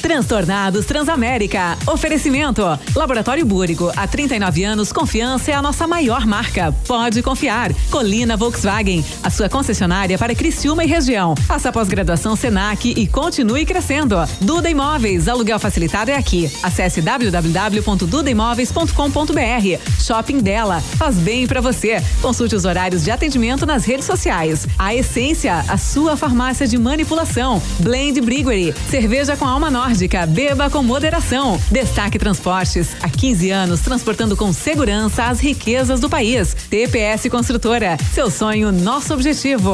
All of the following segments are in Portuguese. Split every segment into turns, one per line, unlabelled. Transtornados Transamérica. Oferecimento. Laboratório Búrigo. Há 39 anos, confiança é a nossa maior marca. Pode confiar. Colina Volkswagen. A sua concessionária para Criciúma e região. Faça pós-graduação Senac e continue crescendo. Duda Imóveis. Aluguel facilitado é aqui. Acesse www.dudaimóveis.com.br. Shopping dela. Faz bem para você. Consulte os horários de atendimento nas redes sociais. A Essência. A sua farmácia de manipulação. Blend Briguery. Cerveja com alma nórdica. Beba com moderação. Destaque Transportes. Há 15 anos transportando com segurança as riquezas do país. TPS Construtora. Seu sonho, nosso objetivo.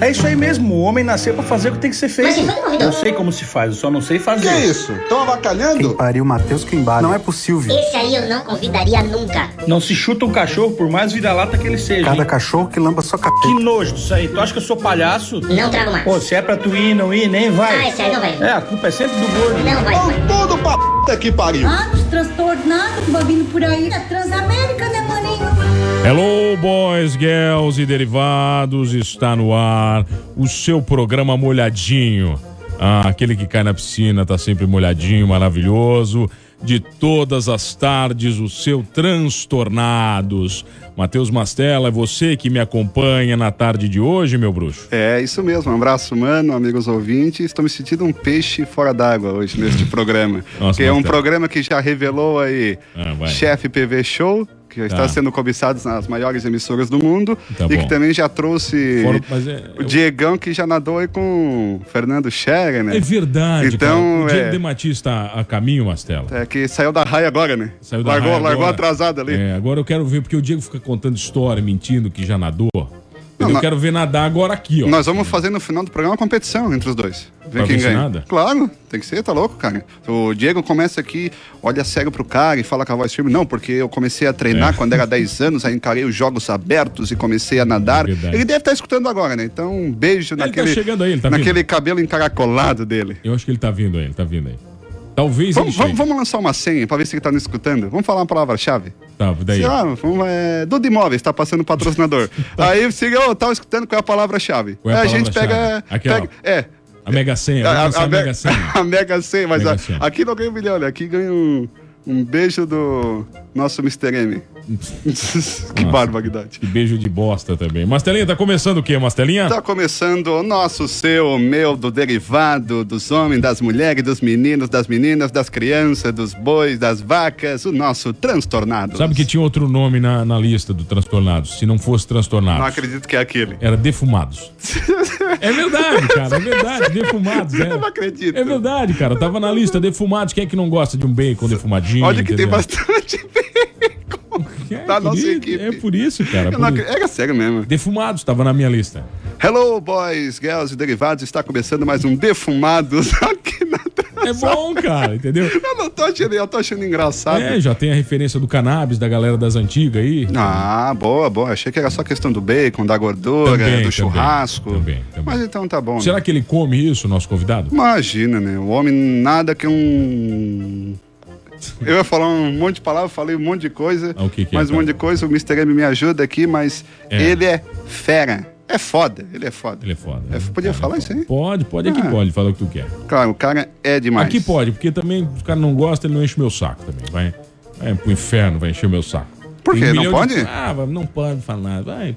É isso aí mesmo, o homem nasceu pra fazer o que tem que ser feito.
um
Eu sei como se faz, eu só não sei fazer.
Que é isso? Estão avacalhando?
Pariu, Matheus Quimbara. Não é possível.
Esse aí eu não convidaria nunca.
Não se chuta um cachorro por mais vira-lata que ele seja.
Cada
hein?
cachorro que lamba sua
Que
cacete.
nojo disso aí. Tu acha que eu sou palhaço?
Não trago mais.
Pô, se é pra tu ir, não ir, nem
Ah,
vai.
esse aí não vai.
É, a culpa é sempre do gordo.
Não vai.
Estão todo pra puta que pariu.
Ah, os transtornados vão vindo por aí. É Transamérica, né, maninho?
Hello, boys, girls e derivados, está no ar o seu programa molhadinho. Ah, aquele que cai na piscina tá sempre molhadinho, maravilhoso. De todas as tardes, o seu Transtornados. Matheus Mastella, é você que me acompanha na tarde de hoje, meu bruxo?
É, isso mesmo. Um abraço humano, amigos ouvintes. Estou me sentindo um peixe fora d'água hoje neste programa.
Nossa,
que é um
Marcelo.
programa que já revelou aí
Ah, vai.
Chefe PV Show, que já
Tá.
está sendo cobiçado nas maiores emissoras do mundo.
Tá
e
bom.
que também já trouxe
Foram- mas é-
o Diegão, que já nadou aí com o Fernando Scherer, né?
É verdade,
Então,
cara. O Diego
é-
de Matias está a caminho, Mastella.
É que saiu da raia agora, né?
Saiu da
largou,
raia
largou
agora.
atrasado ali.
É, agora eu quero ver, porque o Diego fica contando história, mentindo que já nadou.
Não,
eu
na-
quero ver nadar agora aqui, ó.
Nós vamos fazer no final do programa uma competição entre os dois. Ver
Pra
quem
ver se
ganha.
nada?
Claro, tem que ser, tá louco, cara. O Diego começa aqui, olha cego pro cara e fala com a voz firme. Não, porque eu comecei a
É.
treinar quando era 10 anos, aí encarei os jogos abertos e comecei a nadar.
É verdade.
ele deve estar escutando agora, né? Então, um beijo
tá
naquele,
chegando aí, ele tá
naquele cabelo encaracolado dele.
Eu acho que ele tá vindo aí, ele tá vindo aí. Talvez
Vamos,
ele
vamos,
chegue.
vamos lançar uma senha pra ver se ele tá nos escutando. Vamos falar uma palavra-chave?
Tá, daí.
Sei lá, vamos, é, Duda Imóveis tá passando patrocinador. aí você, ô, tava escutando qual é a palavra-chave.
Qual é a
Aí a gente
palavra-chave?
pega.
Aquela.
pega- é,
A Mega Senha,
a,
vamos
a,
lançar a,
me-
Mega Senha.
a Mega Sena, mas
Mega
a-
Sena.
aqui não ganha um milhão, né? Aqui ganha um, um beijo do nosso Mr. M. que barbaridade.
Que beijo de bosta também. Mastelinha, tá começando o quê, Mastelinha?
Tá começando o nosso, seu, o meu, do derivado, dos homens, das mulheres, dos meninos, das meninas, das crianças, dos bois, das vacas, o nosso transtornado.
Sabe que tinha outro nome na, na lista do Transtornados, se não fosse Transtornados.
Não acredito que é aquele.
Era Defumados. é verdade, cara, é verdade, Defumados. É.
Eu não acredito.
É verdade, cara, tava na lista, Defumados. Quem é que não gosta de um bacon defumadinho?
Olha que tem
entendeu?
bastante.
É
da
por
nossa
isso-
equipe.
É por isso, cara.
Eu
por
não
isso.
acre- Era sério mesmo.
Defumados tava na minha lista.
Hello, boys, girls e derivados. Está começando mais um Defumados aqui na
É bom, cara, entendeu?
Eu não tô achando, eu tô achando engraçado.
É, já tem a referência do cannabis da galera das antigas aí.
Ah, boa, boa. Achei que era só questão do bacon, da gordura,
Também, também,
do churrasco.
também, também.
Mas então tá bom. né?
Será que ele come isso, nosso convidado?
Imagina, né? O homem nada que um. Eu ia falar um monte de palavras, falei um monte de coisa.
Ah, o que que é,
mas um
então?
monte de coisa, o Mr. M me ajuda aqui, mas
É.
ele é fera. É foda, ele é foda.
Ele é foda.
É,
né?
podia
Cara,
falar
é
isso
foda.
aí?
Pode, pode, aqui
Ah.
pode, fala o que tu quer.
Claro, o cara é demais.
Aqui pode, porque também o cara não gosta, ele não enche o meu saco também. Vai, vai pro inferno, vai encher o meu saco.
Por
Tem
quê? Não
milhão
pode?
de- Ah, vai- não pode falar. Vai.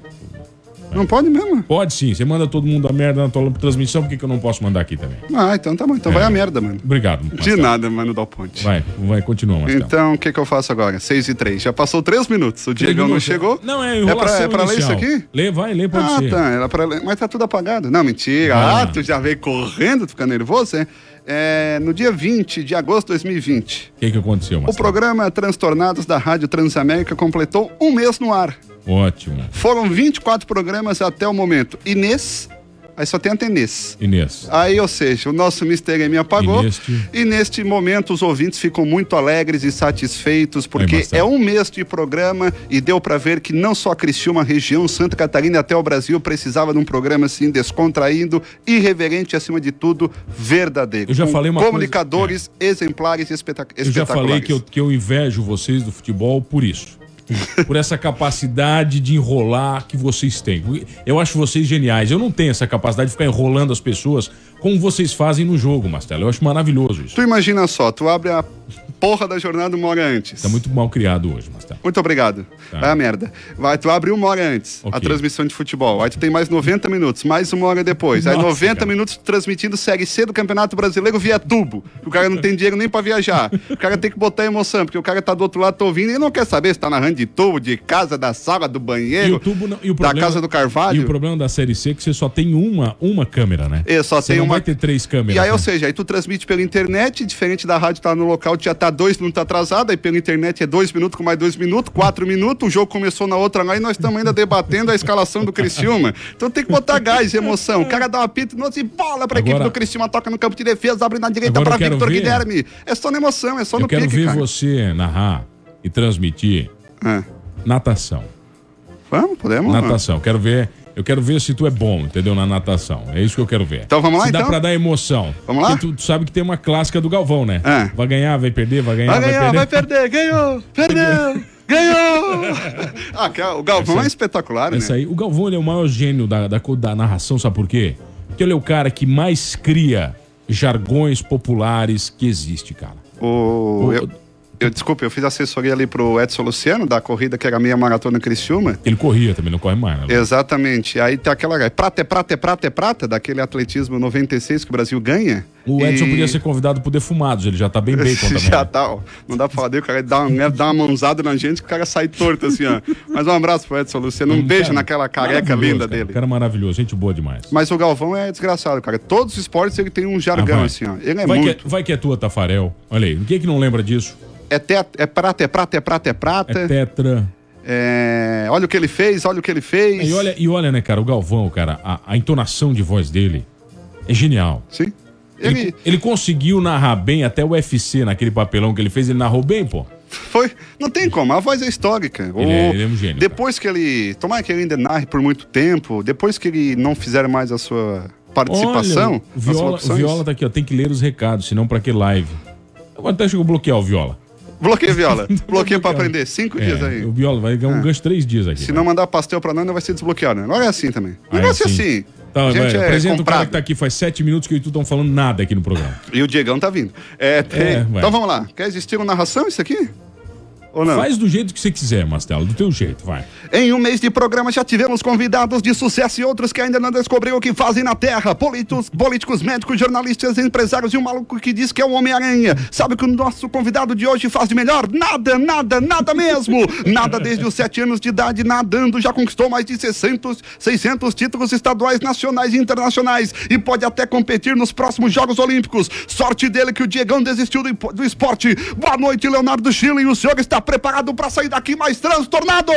Não pode mesmo?
Pode sim, você manda todo mundo a merda na tua transmissão, por que, que eu não posso mandar aqui também?
Ah, então tá bom. Então vai a merda, mano.
Obrigado.
De
Marcelo.
nada, mano, Dal Ponte.
É. Vai, vai, continua, Marcelo.
Então, o que, que eu faço agora? 6 e 3. Já passou 3 minutos. O
Três
Diego não
minutos.
chegou.
Não, é enrolação
É pra, é pra ler isso
inicial.
aqui?
Lê, vai, lê, pode
ah,
ser.
tá. Era pra ler. Mas tá tudo apagado. Não, mentira.
Ah.
Ah, tu já veio correndo, tu fica nervoso, hein? É, no dia 20 de agosto de 2020,
O que, que aconteceu,
o
Marcelo?
programa Transtornados da Rádio Transamérica completou um mês no ar.
Ótimo.
Foram 24 programas até o momento. E nesse, Aí só tem a Tenês.
Inês.
Aí, ou seja, o nosso Mr. M apagou.
E neste-
E neste momento os ouvintes ficam muito alegres e satisfeitos,
Aí,
porque
Marcelo.
é um mês de programa e deu pra ver que não só a Criciúma, a região Santa Catarina até o Brasil precisava de um programa assim descontraído, irreverente e, acima de tudo, verdadeiro.
Eu já
Com
falei uma É.
Comunicadores exemplares e espetac
Eu já
espetaculares.
falei que eu, que eu invejo vocês do futebol por isso. Por essa capacidade de enrolar que vocês têm. Eu acho vocês geniais. Eu não tenho essa capacidade de ficar enrolando as pessoas como vocês fazem no jogo, Marcelo. Eu acho maravilhoso isso.
Tu imagina só, tu abre a porra da jornada uma hora antes.
Tá muito mal criado hoje, Marcelo.
Muito obrigado.
Tá.
Vai a merda. Vai, tu abre uma hora antes
Ok.
a transmissão de futebol. Aí tu tem mais 90 minutos, mais uma hora depois. aí
Nossa,
90
cara.
minutos transmitindo Série C do Campeonato Brasileiro via tubo. O cara não tem dinheiro nem pra viajar. O cara tem que botar emoção, porque o cara tá do outro lado, tá ouvindo, e não quer saber se tá narrando de tubo, de casa, da sala, do banheiro,
E o tubo não- e o problema-
da casa do Carvalho.
E o problema da série C é que você só tem uma, uma câmera, né?
É, só
você
tem
não
uma-
vai ter três câmeras.
E aí,
né?
ou seja, aí tu transmite pela internet, diferente da rádio tá no local, tu já tá dois minutos atrasado, aí pela internet é dois minutos com mais dois minutos, quatro minutos, o jogo começou na outra lá e nós estamos ainda debatendo a escalação do Criciúma. Então tem que botar gás, emoção. O cara dá uma pita no outro e bola pra equipe
Agora-
do Criciúma, toca no campo de defesa, abre na direita
Agora eu
pra
quero
Victor
ver-
Guilherme. É só na emoção, é só
Eu
no
quero
pique,
ver
cara.
você narrar e transmitir
É.
natação.
Vamos, podemos?
Natação. Quero ver. Eu quero ver se tu é bom, entendeu? Na natação. É isso que eu quero ver.
Então vamos lá,
se dá
então?
pra dar emoção.
Vamos lá?
Porque Tu, tu sabe que tem uma clássica do Galvão, né?
É.
Vai ganhar, vai perder, vai ganhar,
Vai ganhar, vai
perder.
perder, ganhou, perdeu, ganhou. ah, cara, o Galvão
Essa aí-
é espetacular, né?
Essa aí. O Galvão ele é o maior gênio da, da, co- da narração, sabe por quê? Porque ele é o cara que mais cria jargões populares que existe, cara.
O,
O-
eu, eu, desculpa, eu fiz assessoria ali pro Edson Luciano, da corrida que era meia maratona em Criciúma.
Ele corria também, não corre mais, né?
Exatamente. Aí tem aquela. é Prata é prata, é prata, é prata, daquele atletismo 96 que o Brasil ganha.
O Edson
E-
podia ser convidado pro Defumados, ele já tá bem bacon também.
Já
né?
tá, ó. Não dá pra falar dele, o cara dá uma, dá uma mãozada na gente que o cara sai torto assim, ó. Mas um abraço pro Edson Luciano, um, beijo
Hum, cara
naquela careca
maravilhoso,
linda
cara.
dele.
Cara maravilhoso, gente boa demais.
Mas o Galvão é desgraçado, cara. Todos os esportes ele tem um jargão,
Ah, vai.
assim, ó. Ele é
vai,
muito.
Que é, vai que é tua, Tafarel. Olha aí, quem é que não lembra disso?
É, te- é prata, é prata, é prata, é prata.
É tetra.
É, Olha o que ele fez, olha o que ele fez.
E olha, e olha, né, cara, o Galvão, cara, a, a entonação de voz dele é genial.
Sim.
Ele,
Ele,
ele conseguiu narrar bem até o UFC naquele papelão que ele fez, ele narrou bem, pô.
Foi. Não tem como, a voz é histórica. O-
é- ele é um gênio,
Depois que ele. Tomara que ele ainda narre por muito tempo, depois que ele não fizer mais a sua participação, é
Olha, o
nas
Viola, o
opções-
Viola tá aqui, ó, tem que ler os recados, senão pra que live? Agora até chegou a bloquear o Viola.
Bloqueio, Viola. Bloqueio pra
tá- Bloquear.
aprender. Cinco
É,
dias aí. Ah.
O Viola vai ganhar um gancho três dias aqui.
Se não mandar pastel pra nós, não vai ser desbloqueado. né? Agora é assim também. O
Ah, é
negócio é
assim?
assim.
Tá,
a
vai,
gente é
apresenta o cara
comprado.
que tá aqui faz sete minutos que eu e tu estão falando nada aqui no programa.
E o Diegão tá vindo. É, tem-
É, vai.
então vamos lá. Quer existir uma narração isso aqui? Ou não?
Faz do jeito que você quiser, Marcelo, do teu jeito, vai.
Em um mês de programa já tivemos convidados de sucesso e outros que ainda não descobriram o que fazem na Terra. Politos, políticos, médicos, jornalistas, empresários e um maluco que diz que é o Homem-Aranha. Sabe o que o nosso convidado de hoje faz de melhor? Nada, nada, nada mesmo. Nada desde os sete anos de idade nadando. Já conquistou mais de 600, 600 títulos estaduais, nacionais e internacionais. E pode até competir nos próximos Jogos Olímpicos. Sorte dele que o Diegão desistiu do, impo- do esporte. Boa noite, Leonardo Schilling. O senhor está preparado para sair daqui mais transtornado?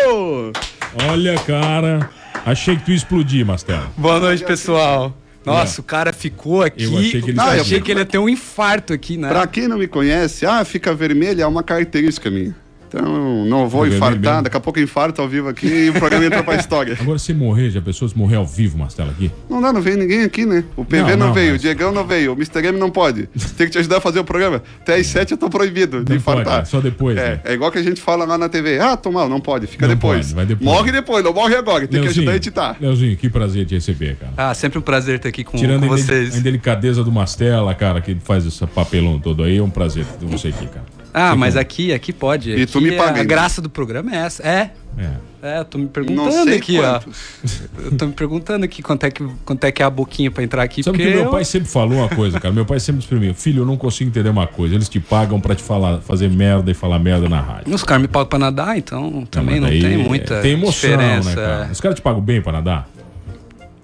Olha, cara. Achei que tu ia explodir, Mastela.
Boa noite, pessoal. Nossa, o cara ficou aqui.
Eu achei que ele
achei
sabia.
que ele ia ter um infarto aqui, né?
Pra quem não me conhece, ah, fica vermelha é uma característica minha. Então, não vou
Fica vermelho
infartar,
mesmo.
daqui a pouco eu infarto ao vivo aqui e o programa entra pra história.
Agora se morrer, já pessoas morrer ao vivo, Mastela, aqui.
Não dá, não veio ninguém aqui, né? O PV
Não,
não,
não,
veio,
mas-
o Diegão não veio, o Mr. M não pode. Tem que te ajudar a fazer o programa. Até às sete eu tô proibido de
Não
infartar.
pode, é só depois,
É,
né?
é igual que a gente fala lá na TV. Ah, tomar, não pode, fica
Não
depois.
pode, vai depois.
Morre depois, não morre agora, tem que ajudar a editar.
Leozinho, que prazer te receber, cara.
Ah, sempre um prazer estar aqui com,
Tirando
com
a, indel-
vocês.
a indelicadeza do Mastela, cara, que ele faz esse papelão todo aí, é um prazer ter você aqui, cara.
Ah,
Fica-
mas aqui, aqui pode.
E tu
Aqui
me
é-
paga
A
ainda.
graça do programa é essa. É.
É.
É, eu tô me
Não
perguntando
sei
aqui,
quantos.
ó. Eu tô me perguntando aqui quanto é que, quanto é, que é a boquinha pra entrar aqui.
Sabe que
porque
meu
eu-
pai sempre falou uma coisa, cara. Meu pai sempre disse pra mim, filho, eu não consigo entender uma coisa. Eles te pagam pra te falar, fazer merda e falar merda na rádio.
Os caras me pagam pra nadar, então também
mas
não
daí
tem muita
Tem emoção,
diferença. é.
né, cara? Os caras te pagam bem pra nadar?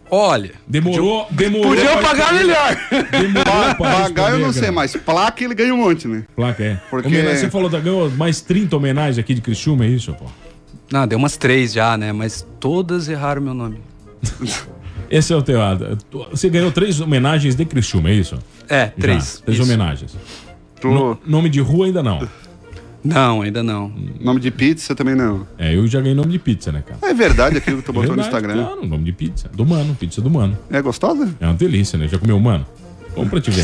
Olha,
Demorou, demorou.
podiam
pra-
pagar melhor.
Demorou pra
Pagar
responder,
eu não sei,
cara.
mas placa ele ganha um monte, né?
Placa, é.
Porque-
Homenagem, você falou, da, ganhou mais 30 homenagens aqui de Criciúma, é isso, pô?
Não, deu umas três já, né? Mas todas erraram meu nome.
Esse é o teu. ah, tu- Você ganhou três homenagens de Criciúma, é isso?
É,
Já,
três.
três
Isso.
homenagens.
Tu-
No- nome de rua ainda não.
Não, ainda não.
Nome de pizza também não.
É, eu já ganhei nome de pizza, né, cara?
É verdade aquilo que tu botou no
Verdade,
Instagram.
Claro, nome de pizza. Do mano, pizza do mano.
É gostosa?
É uma delícia, né? Já comeu mano? Vamos pra te ver.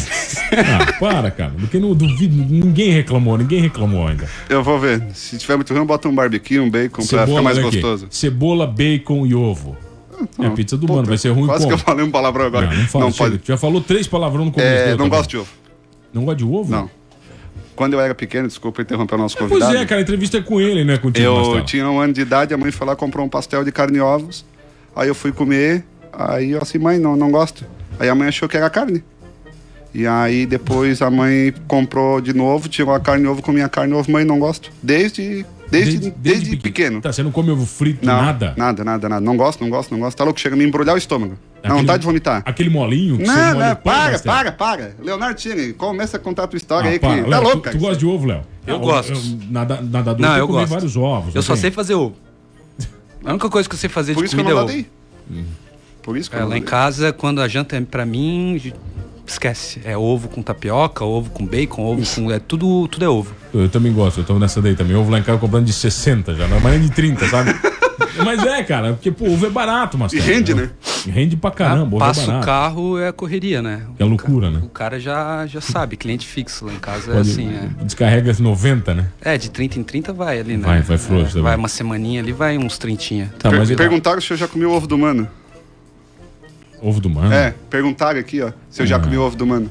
Ah, para, cara. Porque não duvido. Ninguém reclamou, ninguém reclamou ainda.
Eu vou ver. Se tiver muito ruim, bota um barbecue, um bacon pra ficar mais
olha aqui.
gostoso.
Cebola, bacon e ovo. É a pizza do mano, vai ser ruim
Quase
como?
que eu falei um palavrão agora.
Não, não fala, chega. tá
pode.
Tu Já falou três palavrões no começo.
É,
do
não
programa.
gosto de ovo.
Não gosta de ovo?
Não. Quando eu era pequeno, desculpa interromper o nosso
Pois
convidado.
é, cara, a entrevista é com ele, né? Contigo,
Eu
Marcelo.
tinha um ano de idade, a mãe foi lá comprou um pastel de carne e ovos. Aí eu fui comer, aí eu assim, mãe, não, não gosto. Aí a mãe achou que era carne. E aí depois a mãe comprou de novo, tirou a carne e ovo, comia carne e ovo, mãe, não gosto. Desde, desde, desde, pequeno.
Tá, você não come ovo frito,
Não,
nada?
Nada, nada, nada. Não gosto, não gosto, não gosto. Tá louco, chega a me embrulhar o estômago. Dá
Aquele-
vontade tá de vomitar.
Aquele molinho que você
Não,
molha
não,
o pão,
para,
Marcelo?
para, para. Leonardo Tini, começa a contar a tua
Ah,
história aí que
para.
tá
Léo,
louco,
tu,
cara.
tu gosta de ovo, Léo?
Eu
Ah,
gosto.
nada, nadador
Não,
tem que
eu
comer
gosto.
vários ovos. assim.
Eu
não
só
tem?
sei fazer ovo. A única coisa que eu sei fazer
Por
de
isso que eu
comida
não
é ovo.
nadei. Por isso que
É,
eu não
lá em
nadei.
casa, quando a janta é pra mim, j- esquece. É ovo com tapioca, ovo com bacon, ovo com. É tudo, tudo é ovo.
Eu também gosto, eu tô nessa daí também. Ovo lá em casa comprando de 60 já, não é mais nem de 30, sabe? Mas é, cara, porque pô, ovo é barato, mas.
E rende, né?
Rende pra caramba, ovo é
Passa o
barato.
carro, é a correria, né?
É loucura, né?
O cara já, já sabe, cliente fixo lá em casa é
Pode-
assim, é.
Descarrega as 90, né?
É, de 30 em 30 vai ali, né?
Vai, vai frouxo
É,
também.
vai uma semaninha ali, vai uns 30.
Tá, mas
Per- perguntaram se eu já comi o ovo do mano.
ovo do né? mano.
É, perguntaram aqui, ó, se eu já comi o ovo do mano.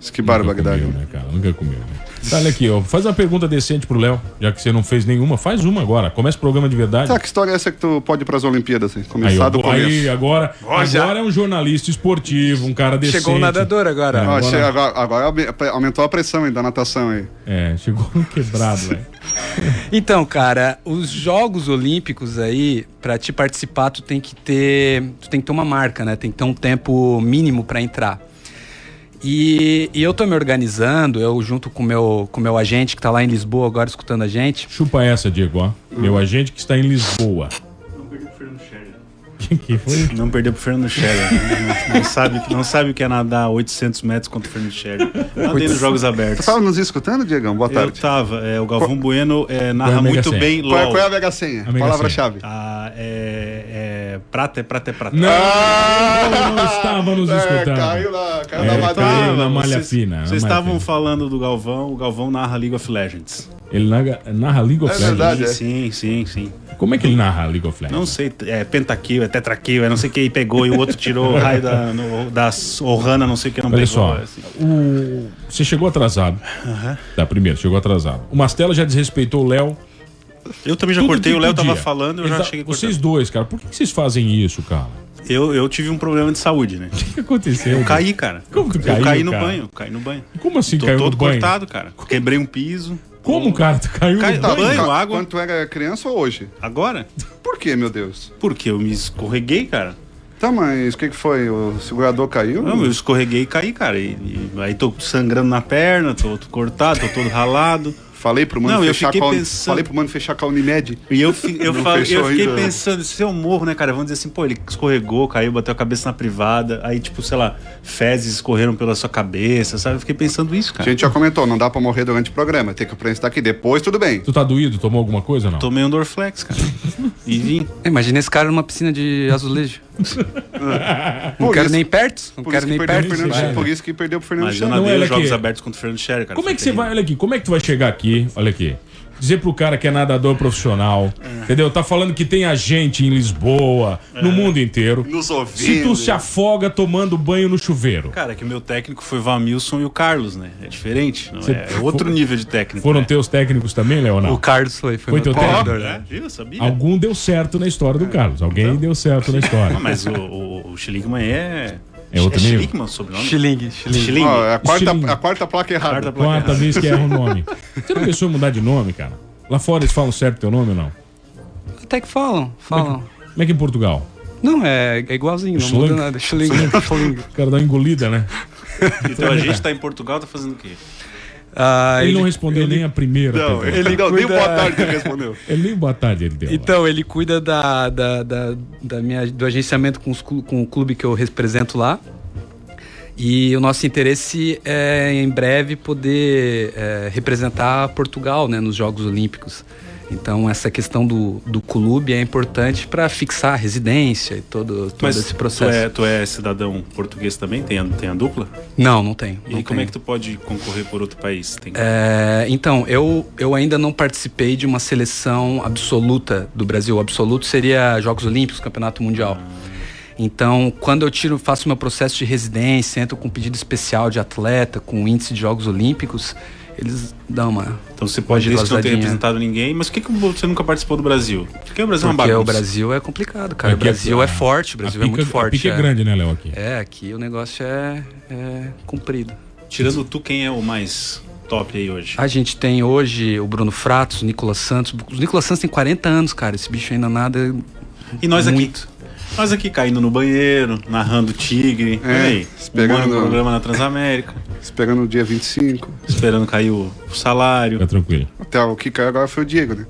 Isso que
Hum. Nunca
barbaridade.
comeu,
né?
né, cara? Nunca comeu, né? Tá, olha aqui, ó. Faz uma pergunta decente pro Léo, já que você não fez nenhuma. Faz uma agora. Começa o programa de verdade.
Tá, que história é essa que tu pode ir pras Olimpíadas? Hein?
Aí,
Começar
ó,
do
bo-
começo.
aí, agora,
já.
agora é um jornalista esportivo, um cara decente.
Chegou o nadador agora.
Ó,
agora-
chega- agora, agora aume- aumentou a pressão aí da natação aí.
É, chegou no quebrado, velho.
Então, cara, os Jogos Olímpicos aí, pra te participar, tu tem que ter, tu tem que ter uma marca, né? Tem que ter um tempo mínimo pra entrar. E, e eu tô me organizando, eu junto com meu, o com meu agente que tá lá em Lisboa agora escutando a gente.
Chupa essa, Diego, ó. Meu agente que está em Lisboa. Quem que foi?
Não perdeu pro Fernando Scherer. né? Não, não sabe, não sabe o que é nadar 800 metros contra o Fernando Scherer. Nadei nos Jogos
Tu
Abertos.
tava nos escutando, Diegão? Boa
Eu
tarde.
tava. é, o Galvão Bueno é,
Qual é
narra
a mega
muito
senha?
bem LOL.
Qual é, qual é a mega senha?
A mega
Palavra-chave.
Ah, é, é, prata é prata é prata.
Não, eu não estava nos
É,
escutando.
caiu na, caiu
É,
na
caiu
madeira.
na malha
vocês,
fina, na
Vocês
malha
estavam
fina.
falando do Galvão, o Galvão narra League of Legends.
Ele narra, narra League of
É
Legends.
verdade.
Sim, sim, sim.
Como é que ele narra League of Legends?
Não sei, é pentakill, é tetrakill, é não sei quem pegou e o outro tirou o raio da, Ah, no, da Ohana, não sei o que não
Olha
pegou.
só,
assim.
o... você chegou atrasado. Tá, primeiro, chegou atrasado. O Mastella já desrespeitou o Léo.
Eu também já
Tudo
cortei,
que
o Léo
podia.
tava falando, eu já
Exa-
cheguei
Vocês dois, cara, por que que vocês fazem isso, cara?
cortando. Eu, eu tive um problema de saúde, né?
O que que aconteceu?
Eu caí, cara.
Como tu
eu
caiu,
caí no
cara?
banho, caí no banho.
Como assim
Tô
caiu
todo
no banho?
cortado, cara. Quebrei um piso.
Como, cara? Tu caiu
Cai-
no
tá,
banho?
banho,
Qu-
água.
Quando tu era criança ou hoje?
Agora?
Por que, meu Deus?
Porque eu me escorreguei, cara.
Tá, mas o que, que foi? O segurador caiu?
Não, eu escorreguei e caí, cara. E, e- aí tô sangrando na perna, tô, tô cortado, tô todo ralado.
Falei pro mano
Não, eu
fechar
fiquei
com a,
pensando-
Falei pro mano fechar com a Unimed.
E eu, fi- eu,
Não
falo-
fechou
eu fiquei
ainda, né?
pensando, se eu morro, né, cara? Vamos dizer assim, pô, ele escorregou, caiu, bateu a cabeça na privada. Aí, tipo, sei lá, fezes escorreram pela sua cabeça, sabe? Eu fiquei pensando isso,
A
cara.
gente já comentou, não dá pra morrer durante o programa, tem que prestar aqui. Depois tudo bem.
Tu tá doído? Tomou alguma coisa ou não?
Tomei um Dorflex, cara. E vim.
Imagina esse cara numa piscina de azulejo.
É.
Não
Por
quero
isso-
nem perto, não
Por
quero
isso,
nem
que perdeu
perto.
pro Fernando
vai,
Scherer,
né?
por isso um que perdeu pro Fernando
Mas eu
Scherer.
Não,
nadei
olha
os jogos
aqui.
abertos contra o Fernando Scherer, cara.
Como é
Foi
que você
terrível.
vai, olha aqui, como é que tu vai chegar aqui, olha aqui, dizer pro cara que é nadador profissional, entendeu? Tá falando que tem agente em Lisboa, no mundo inteiro.
Nos
Se tu
ouvindo.
se afoga tomando banho no chuveiro.
Cara, que o meu técnico foi o Vanilson e o Carlos, né? É diferente, não
Você-
é? É outro nível de técnico.
Foram
né?
teus técnicos também,
O
Leonardo?
Carlos foi, foi,
Foi
meu
teu
treinador,
técnico?
né?
É, viu? Sabia?
Algum deu certo na história do Carlos. Alguém deu certo na história.
Ah, mas o, o, o Schligman é.
É outro
é
nível.
Schligman o sobrenome?
Xilingue, xilingue.
Schling.
Ó, é a,
Estilingue.
quarta, a quarta placa errada.
Quarta placa.
Quarta vez que erra o nome. Você não pensou em mudar de nome, cara? Lá fora eles falam certo teu nome ou não?
Até que falam, falam.
Como é que em Portugal?
Não, é, é igualzinho, não
Schling.
muda nada. Xilingue, xilingue.
O cara dá uma engolida, né?
Então a gente tá em Portugal, tá fazendo o quê?
Ah,
Ele não respondeu nem a primeira
Não,
pergunta.
ele não, nem
cuida-
boa tarde ele respondeu.
Ele nem boa tarde ele deu.
Então, ele cuida da, da, da, da minha, do agenciamento com, os clu- com o clube que eu represento lá. E o nosso interesse é, em breve, poder é, representar Portugal né, nos Jogos Olímpicos. Então, essa questão do, do clube é importante para fixar a residência e todo, todo
Mas
esse
Tu é,
processo.
tu é cidadão português também? Tem a, tem a dupla?
Não, não tem.
E como é que tu pode concorrer por outro país? Tem-
É, então, eu, eu ainda não participei de uma seleção absoluta do Brasil. O absoluto seria Jogos Olímpicos, Campeonato Mundial. Então, quando eu tiro, faço meu processo de residência, entro com pedido especial de atleta, com índice de Jogos Olímpicos, eles dão uma.
Então você pode
Pode
dizer que não tem
vazadinha.
representado ninguém, mas por que, que você nunca participou do Brasil? Porque o Brasil é uma
Porque
bagunça.
o Brasil é complicado, cara.
Aqui
o Brasil é, forte, o
A
Brasil
pica,
é muito forte.
A pica é grande, né, Léo, aqui?
É, aqui o negócio é, é comprido.
Tirando tu, quem é o mais top aí hoje?
A gente tem hoje o Bruno Fratos, o Nicolas Santos. O Nicolas Santos tem 40 anos, cara. Esse bicho ainda nada é
E nós aqui.
muito.
Nós aqui caindo no banheiro, narrando
É.
tigre. olha aí.
pegando-
Humano, programa na Transamérica.
Esperando o dia 25.
esperando cair o, o salário.
Fica tranquilo. Então,
Até o que caiu agora foi o Diego, né?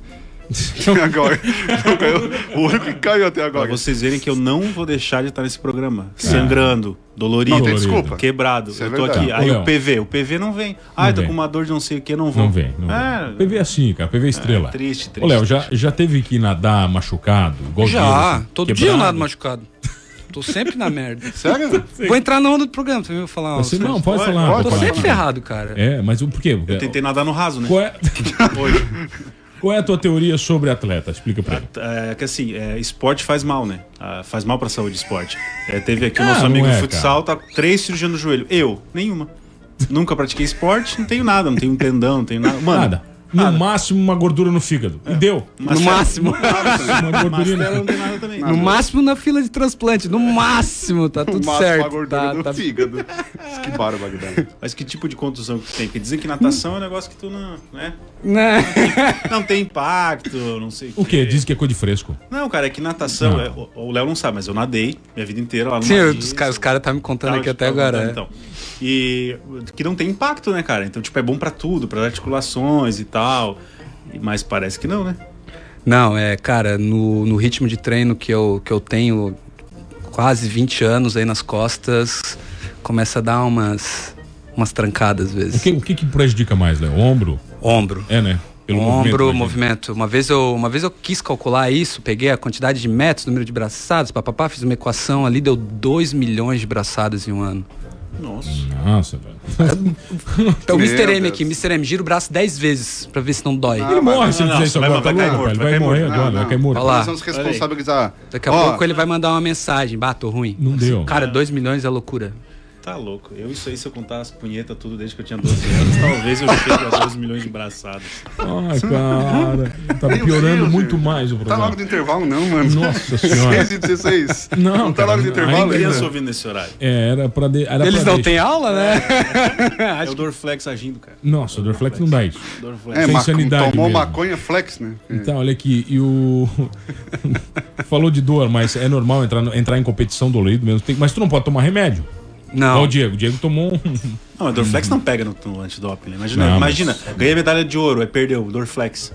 agora. Não caiu- o único que caiu até
Pra
agora.
vocês verem que eu não vou deixar de estar nesse programa. Sangrando, dolorido.
Não tem
Dolorido.
desculpa.
Quebrado,
Isso é
eu tô
verdade.
aqui. Aí
Ô, Léo.
o PV, o PV não vem. Ah, eu tô
vem.
com uma dor de não sei o que, não vou.
Não vem, não
É,
vem. PV é assim, cara. PV é estrela.
É, triste, triste,
Ô, Léo, já, já teve que nadar machucado? Igual
Já,
né?
Deus,
Ah, todo dia eu
quebrado?
nado machucado. Tô sempre na merda.
Sério?
Vou entrar na onda do programa, você viu falar.
Você,
ó,
não, pode,
Pode,
falar.
pode
Tô
pode
sempre
falar.
ferrado, cara.
É, mas o por quê?
Eu tentei nadar no raso, né?
Qual é,
Hoje.
qual é a tua teoria sobre atleta? Explica pra ele.
É, que assim, é, esporte faz mal, né? Ah, faz mal pra saúde esporte. É, teve aqui o
Ah,
nosso
não
amigo
é,
do futsal, tá três cirurgias no joelho. Eu, nenhuma. Nunca pratiquei esporte, não tenho nada, não tenho tendão, não tenho nada. Mano,
Nada. No máximo, uma gordura no fígado. E deu.
No máximo.
Uma gordurinha
Mastela não
no
tem nada também.
No máximo na fila de transplante. No máximo, tá tudo
Massa pra
certo.
gordura
Tá,
do
tá-
fígado. Que barba, Guilherme.
Mas que tipo de contusão que tu tem? Porque dizem que natação é um negócio que tu não, né?
Né?
Não tem impacto, não sei
O quê? Diz que é cor de fresco.
Não, cara, é que natação,
Não.
é- o- o Léo não sabe, mas eu nadei minha vida inteira lá no
Sim,
Maris,
os caras
eu-
cara tá me contando
Tá,
aqui até
tá
agora.
voltando,
é.
Então. E que não tem impacto, né, cara? Então, tipo, é bom pra tudo, para articulações e tal. E- Mas parece que não, né?
Não, é, cara, no, no ritmo de treino que eu, que eu tenho quase 20 anos aí nas costas, começa a dar umas, umas trancadas às
O
vezes.
que, o que, que prejudica mais, Léo? Ombro?
Ombro.
É, né?
ombro, movimento.
imagina.
Uma vez, eu, uma vez eu quis calcular isso, peguei a quantidade de metros, número de braçadas, papapá, fiz uma equação ali, deu 2 milhões de braçadas em um ano.
Nossa.
Nossa, velho.
Então, o
Meu
Mr. M
Deus. Ah,
aqui, Mr. M, gira o braço 10 vezes pra ver se não dói.
Ele morre se
não,
ele fizer
não,
isso
vai-
agora.
vai
Tá
cair
louco,
morto,
velho.
vai
Vai
cair
morrer
morto.
agora,
Não,
vai
não.
cair
Olha
morto.
lá.
Nós vamos responsabilizar.
Daqui a
Ó,
pouco ele vai mandar uma mensagem. Bah, tô ruim.
Não deu.
Cara, 2 milhões é loucura.
Tá louco. Eu, isso aí, se eu contar as punhetas tudo desde que eu tinha 12 anos, talvez eu chegue a 12 milhões de braçadas.
Ai, cara. Tá
um
piorando
Deus,
muito
gente.
mais o
Tá
programa.
logo do intervalo, não, mano.
Nossa senhora.
6 e 16.
é? Não,
não tá
cara,
logo do intervalo
ainda-
ainda.
Criança ouvindo nesse horário.
É, era pra. De... Era
Eles
pra
não
de-
têm aula, né?
É o Dorflex agindo, cara.
Nossa, o Dorflex não dá isso.
Dorflex.
É,
Sem
maco-
sanidade
tomou
mesmo.
maconha flex, né?
Então, olha aqui, e o. Falou de dor, mas é normal entrar, no- entrar em competição dolorido mesmo. Tem- Mas tu não pode tomar remédio. Igual o
Não.
Diego. O Diego tomou um.
Não, mas Dorflex não pega no, no antidoping, né? Imagina,
Não,
imagina.
mas-
Ganhei medalha de ouro, aí perdeu, Dorflex.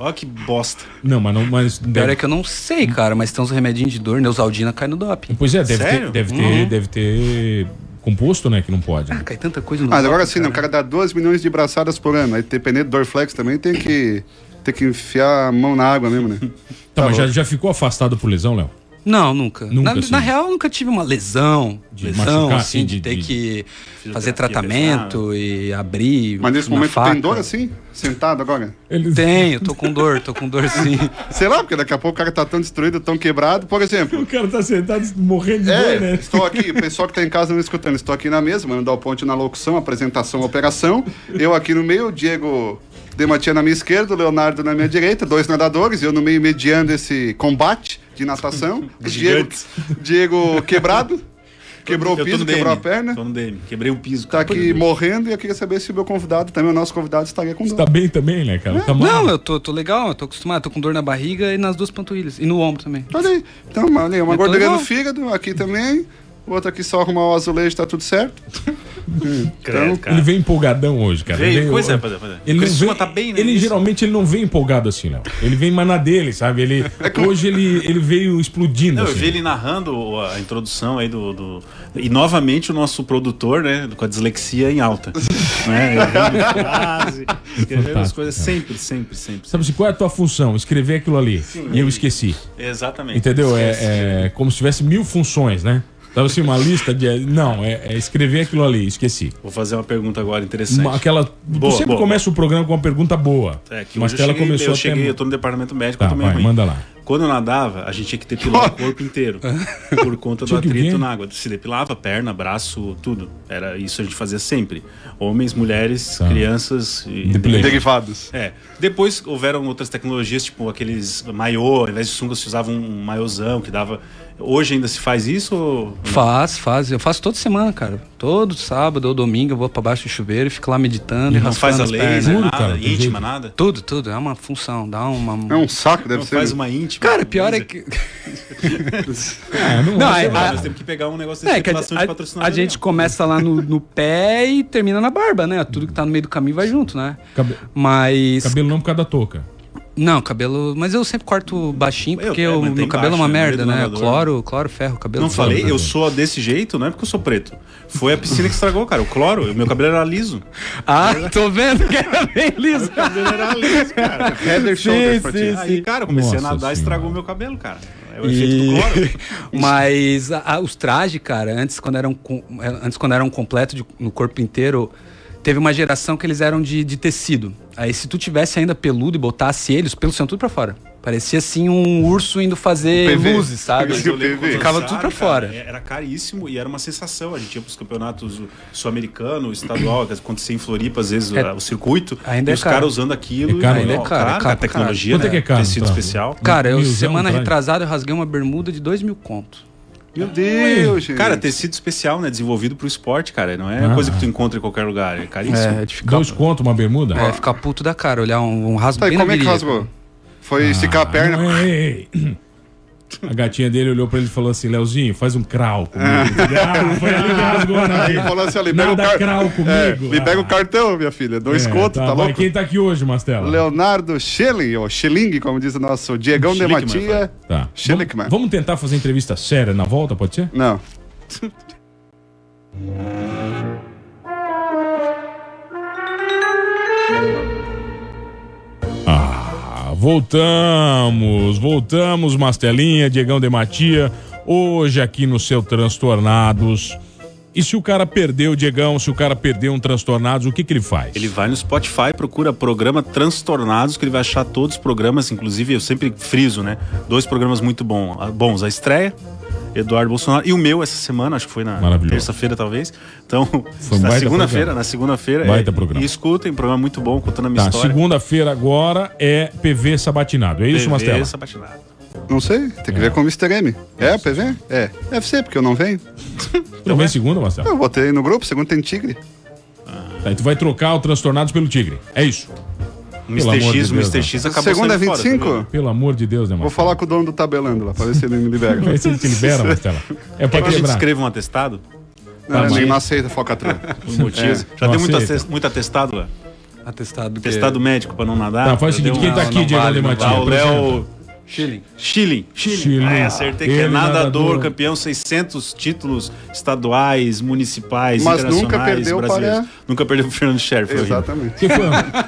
Olha que bosta.
Não, mas não. Mas
Pior
deve...
é que eu não sei, cara, mas tem uns remedinhos de dor, Neusaldina cai no doping.
Pois é, deve ter,
Sério?
deve, ter, deve ter composto, né? Que não pode. né?
Ah, cai tanta coisa no
Mas
doping,
agora sim, né? O cara dá 2 milhões de braçadas por ano. Aí dependendo do Dorflex também tem que, tem que enfiar a mão na água mesmo, né?
Tá, mas já,
louco.
já ficou afastado por lesão, Léo?
Não, nunca.
Nunca,
na,
assim.
na real, eu nunca tive uma lesão.
De
lesão,
machucar,
assim,
assim,
de,
de-
ter
de-
que fazer tratamento e abrir.
Mas nesse
uma
momento
faca.
tem dor assim? Sentado agora?
Ele...
Tenho, tô com dor, tô com dor sim.
Sei lá, porque daqui a pouco o cara tá tão destruído, tão quebrado. Por exemplo,
O cara tá sentado morrendo de dor,
É,
né?
estou aqui, o pessoal que tá em casa não escutando, estou aqui na mesa, mandando o ponte na locução, apresentação, operação. Eu aqui no meio, o Diego Dematia na minha esquerda, o Leonardo na minha direita, dois nadadores, eu no meio mediando esse combate de natação. O Diego,
Gigantes.
Diego quebrado, quebrou
Eu
o
tô
piso,
no DM,
quebrou a perna.
Tô no DM, quebrei o piso.
Tá
cara.
aqui morrendo e eu queria saber se o meu convidado, também o nosso convidado, estaria com
Tá
dor.
bem também, né, cara? Tá mal.
Não, eu tô, tô legal, eu tô acostumado, tô com dor na barriga e nas duas panturrilhas. E no ombro também.
Olha aí. Então, olha aí, uma
Eu tô
gordurinha no
legal.
fígado, aqui também. Outra aqui só arrumar o azulejo, tá tudo certo.
Credo, cara.
Ele vem empolgadão hoje, cara.
Veio,
vem,
pois é,
eu-
pois é, pois é.
Ele, não
Criciúma
vem,
tá bem, né,
ele
nisso?
geralmente ele não vem empolgado assim, não. Ele vem mais na dele, sabe? Ele, hoje ele, ele veio explodindo.
É Não, eu
assim.
vi ele narrando a introdução aí do, do- E novamente o nosso produtor, né? Com a dislexia em alta. né? errando frase, Escrevendo as
Fantástico,
coisas sempre, sempre, sempre.
Sabe assim, qual é a tua função? Escrever aquilo ali. e eu esqueci.
Exatamente.
Entendeu?
Esquece.
É, é como se tivesse mil funções, né? Tava assim, uma lista de. Não, é, é escrever aquilo ali, esqueci.
Vou fazer uma pergunta agora interessante.
Uma, aquela.
Boa,
tu sempre
boa,
começa o programa com uma pergunta boa.
É, que
mas
hoje eu
ela
cheguei,
começou
eu, cheguei
até...
eu tô no departamento médico
Tá,
eu também
vai,
ruim.
manda lá.
Quando eu nadava, a gente tinha que depilar o corpo inteiro. Por conta do
Tinha que o quê?
atrito na água. Se depilava, perna, braço, tudo. Era isso a gente fazia sempre. Homens, mulheres,
Tá.
crianças e
Depilei.
Derivados.
É. Depois houveram outras tecnologias, tipo aqueles maiô, ao invés de sunga se usava um maiôzão que dava. Hoje ainda se faz isso? ou-
Faz, faz. Eu faço toda semana, cara. Todo sábado ou domingo eu vou pra baixo do chuveiro e fico lá meditando e,
Não faz
raspando
a
as
laser,
pernas.
Juro,
nada,
cara, tem
íntima,
jeito.
nada?
Tudo, tudo. É uma função, dá uma...
É um saco, deve
Não
ser.
faz uma íntima.
Cara, pior é
laser.
que...
É, não,
Não,
é,
é-
Ah,
a-
nós temos que pegar um negócio desse
É, que a,
depilação de
a,
patrocinador
a gente
mesmo.
começa lá no, no pé e termina na barba, né? Tudo que tá no meio do caminho vai junto, né?
Cabe-
Mas.
Cabelo não por causa da touca.
Não, cabelo. Mas eu sempre corto baixinho,
Eu-
porque
é,
eu,
mas tem
meu cabelo é uma
baixo, né? No meio
merda,
do
né?
nadador.
Cloro, cloro, ferro, cabelo. né,
Não
todo.
falei, eu sou desse jeito, não é porque eu sou preto. Foi a piscina que estragou, cara. O cloro, o meu cabelo era liso.
Ah, tô vendo que era bem liso.
Meu cabelo era liso, cara.
Heather Shoulders pra ti.
Aí, cara, eu comecei
Nossa
a nadar
Senhora.
e estragou meu cabelo, cara. É o efeito do
E...
cloro.
Mas a- a- os trajes, cara, antes quando eram, com- antes, quando eram completo de- no corpo inteiro, teve uma geração que eles eram de, de tecido. Aí se tu tivesse ainda peludo e botasse eles, os pelos saiam tudo pra fora. Parecia assim um urso indo fazer
PV.
luzes, sabe?
Parecia o
Eu lembro
PV.
quando
Ficava
lançaram,
tudo pra
cara,
fora.
é- Era caríssimo e era uma sensação. A gente ia pros campeonatos sul-americano, estadual, que acontecia em Floripa, às vezes,
É.
o circuito.
Ainda
e
é
os
caro.
caras usando aquilo.
É caro,
e,
ainda
é
ó,
caro, é
caro,
caro
cara,
pra
tecnologia,
Quanto é que é
né?
caro?
Tecido
então?
tá?
especial.
Cara, eu,
Milzão,
semana
caralho.
retrasada eu rasguei uma bermuda de dois mil conto.
Meu Deus, gente.
Cara, tecido especial, né? Desenvolvido pro esporte, cara. Não é
Ah.
coisa que tu encontra em qualquer lugar. É caríssimo.
É, de ficar,
Dois conto, uma bermuda?
é, ficar puto da cara, olhar um, um rasgo
Tá, e
bem na
como é que
virilha.
rasgou? Foi esticar a perna.
Ah, Não, é ei, ei. A gatinha dele olhou pra ele e falou assim: Leozinho, faz um crawl comigo. Ah, foi ali que rasgou na
Ele
vida.
falou assim, ó, libera
Nada
o car-
crawl comigo.
É, libera
Ah.
o cartão, minha filha. Dois
É,
conto, tá,
vai,
louco?
Quem tá aqui hoje, Mastela?
Leonardo Schelling, ou Schilling, como diz o nosso Diegão de
Schlickman,
Matia.
Tá.
Schlickman.
Vamos, vamos tentar fazer entrevista séria na volta, pode ser?
Não.
Ah, voltamos, voltamos, Mastelinha, Diegão de Matia, hoje aqui no seu Transtornados. E se o cara perdeu, Diegão, se o cara perdeu um Transtornados, o que que ele faz?
Ele vai no Spotify, procura programa Transtornados, que ele vai achar todos os programas, inclusive eu sempre friso, né? Dois programas muito bom, ah, bons: a estreia, Eduardo Bolsonaro, e o meu essa semana, acho que foi na
Maravilhoso.
terça-feira, talvez. Então,
um
na
baita
segunda-feira,
programa.
na segunda-feira.
Baita
é,
programa.
E escutem, programa muito bom, contando a minha
Tá,
história.
segunda-feira agora é PV Sabatinado, é isso,
TV,
Mastela?
essa patinada.
Não sei, tem que ver com o Mr. M. É, PV? É. Deve ser, porque eu não venho.
Não vem segunda, Mastela?
Eu botei no grupo, segundo tem tigre.
Tá, e tu vai trocar o Transtornados pelo Tigre, é isso.
O
Pelo
Mr. X, o
amor de Deus, né?
Mr.
ó.
X acabou
Segunda é
saindo fora,
25?
entendeu?
Pelo amor de Deus, né, É
Vou
Mastela?
falar com o dono do tabelando lá, pra ver se ele me libera.
Vê se ele te libera, Mastela. É
Quer
pra
que a gente
quebrar.
escreva um atestado?
não,
mas-
ele não aceita falcatrua.
Os motivos. Já
É. não
tem muito,
aceita.
atest- muito atestado lá.
Atestado do quê?
Atestado médico pra não nadar.
Tá, faz o
Já deu
seguinte, quem
um-
tá
Não,
aqui,
não
Diegão
vale,
de
não
Matia?
Tá, o
apresenta.
Léo.
Schilling.
Chile.
Chile.
É, acertei que
Ele
é nadador,
nadador.
campeão, 600 títulos estaduais, municipais,
Mas nunca
internacionais,
perdeu
brasileiros.
para-
Nunca perdeu pro Fernando Scherfer.
É, Exatamente.
Que foi?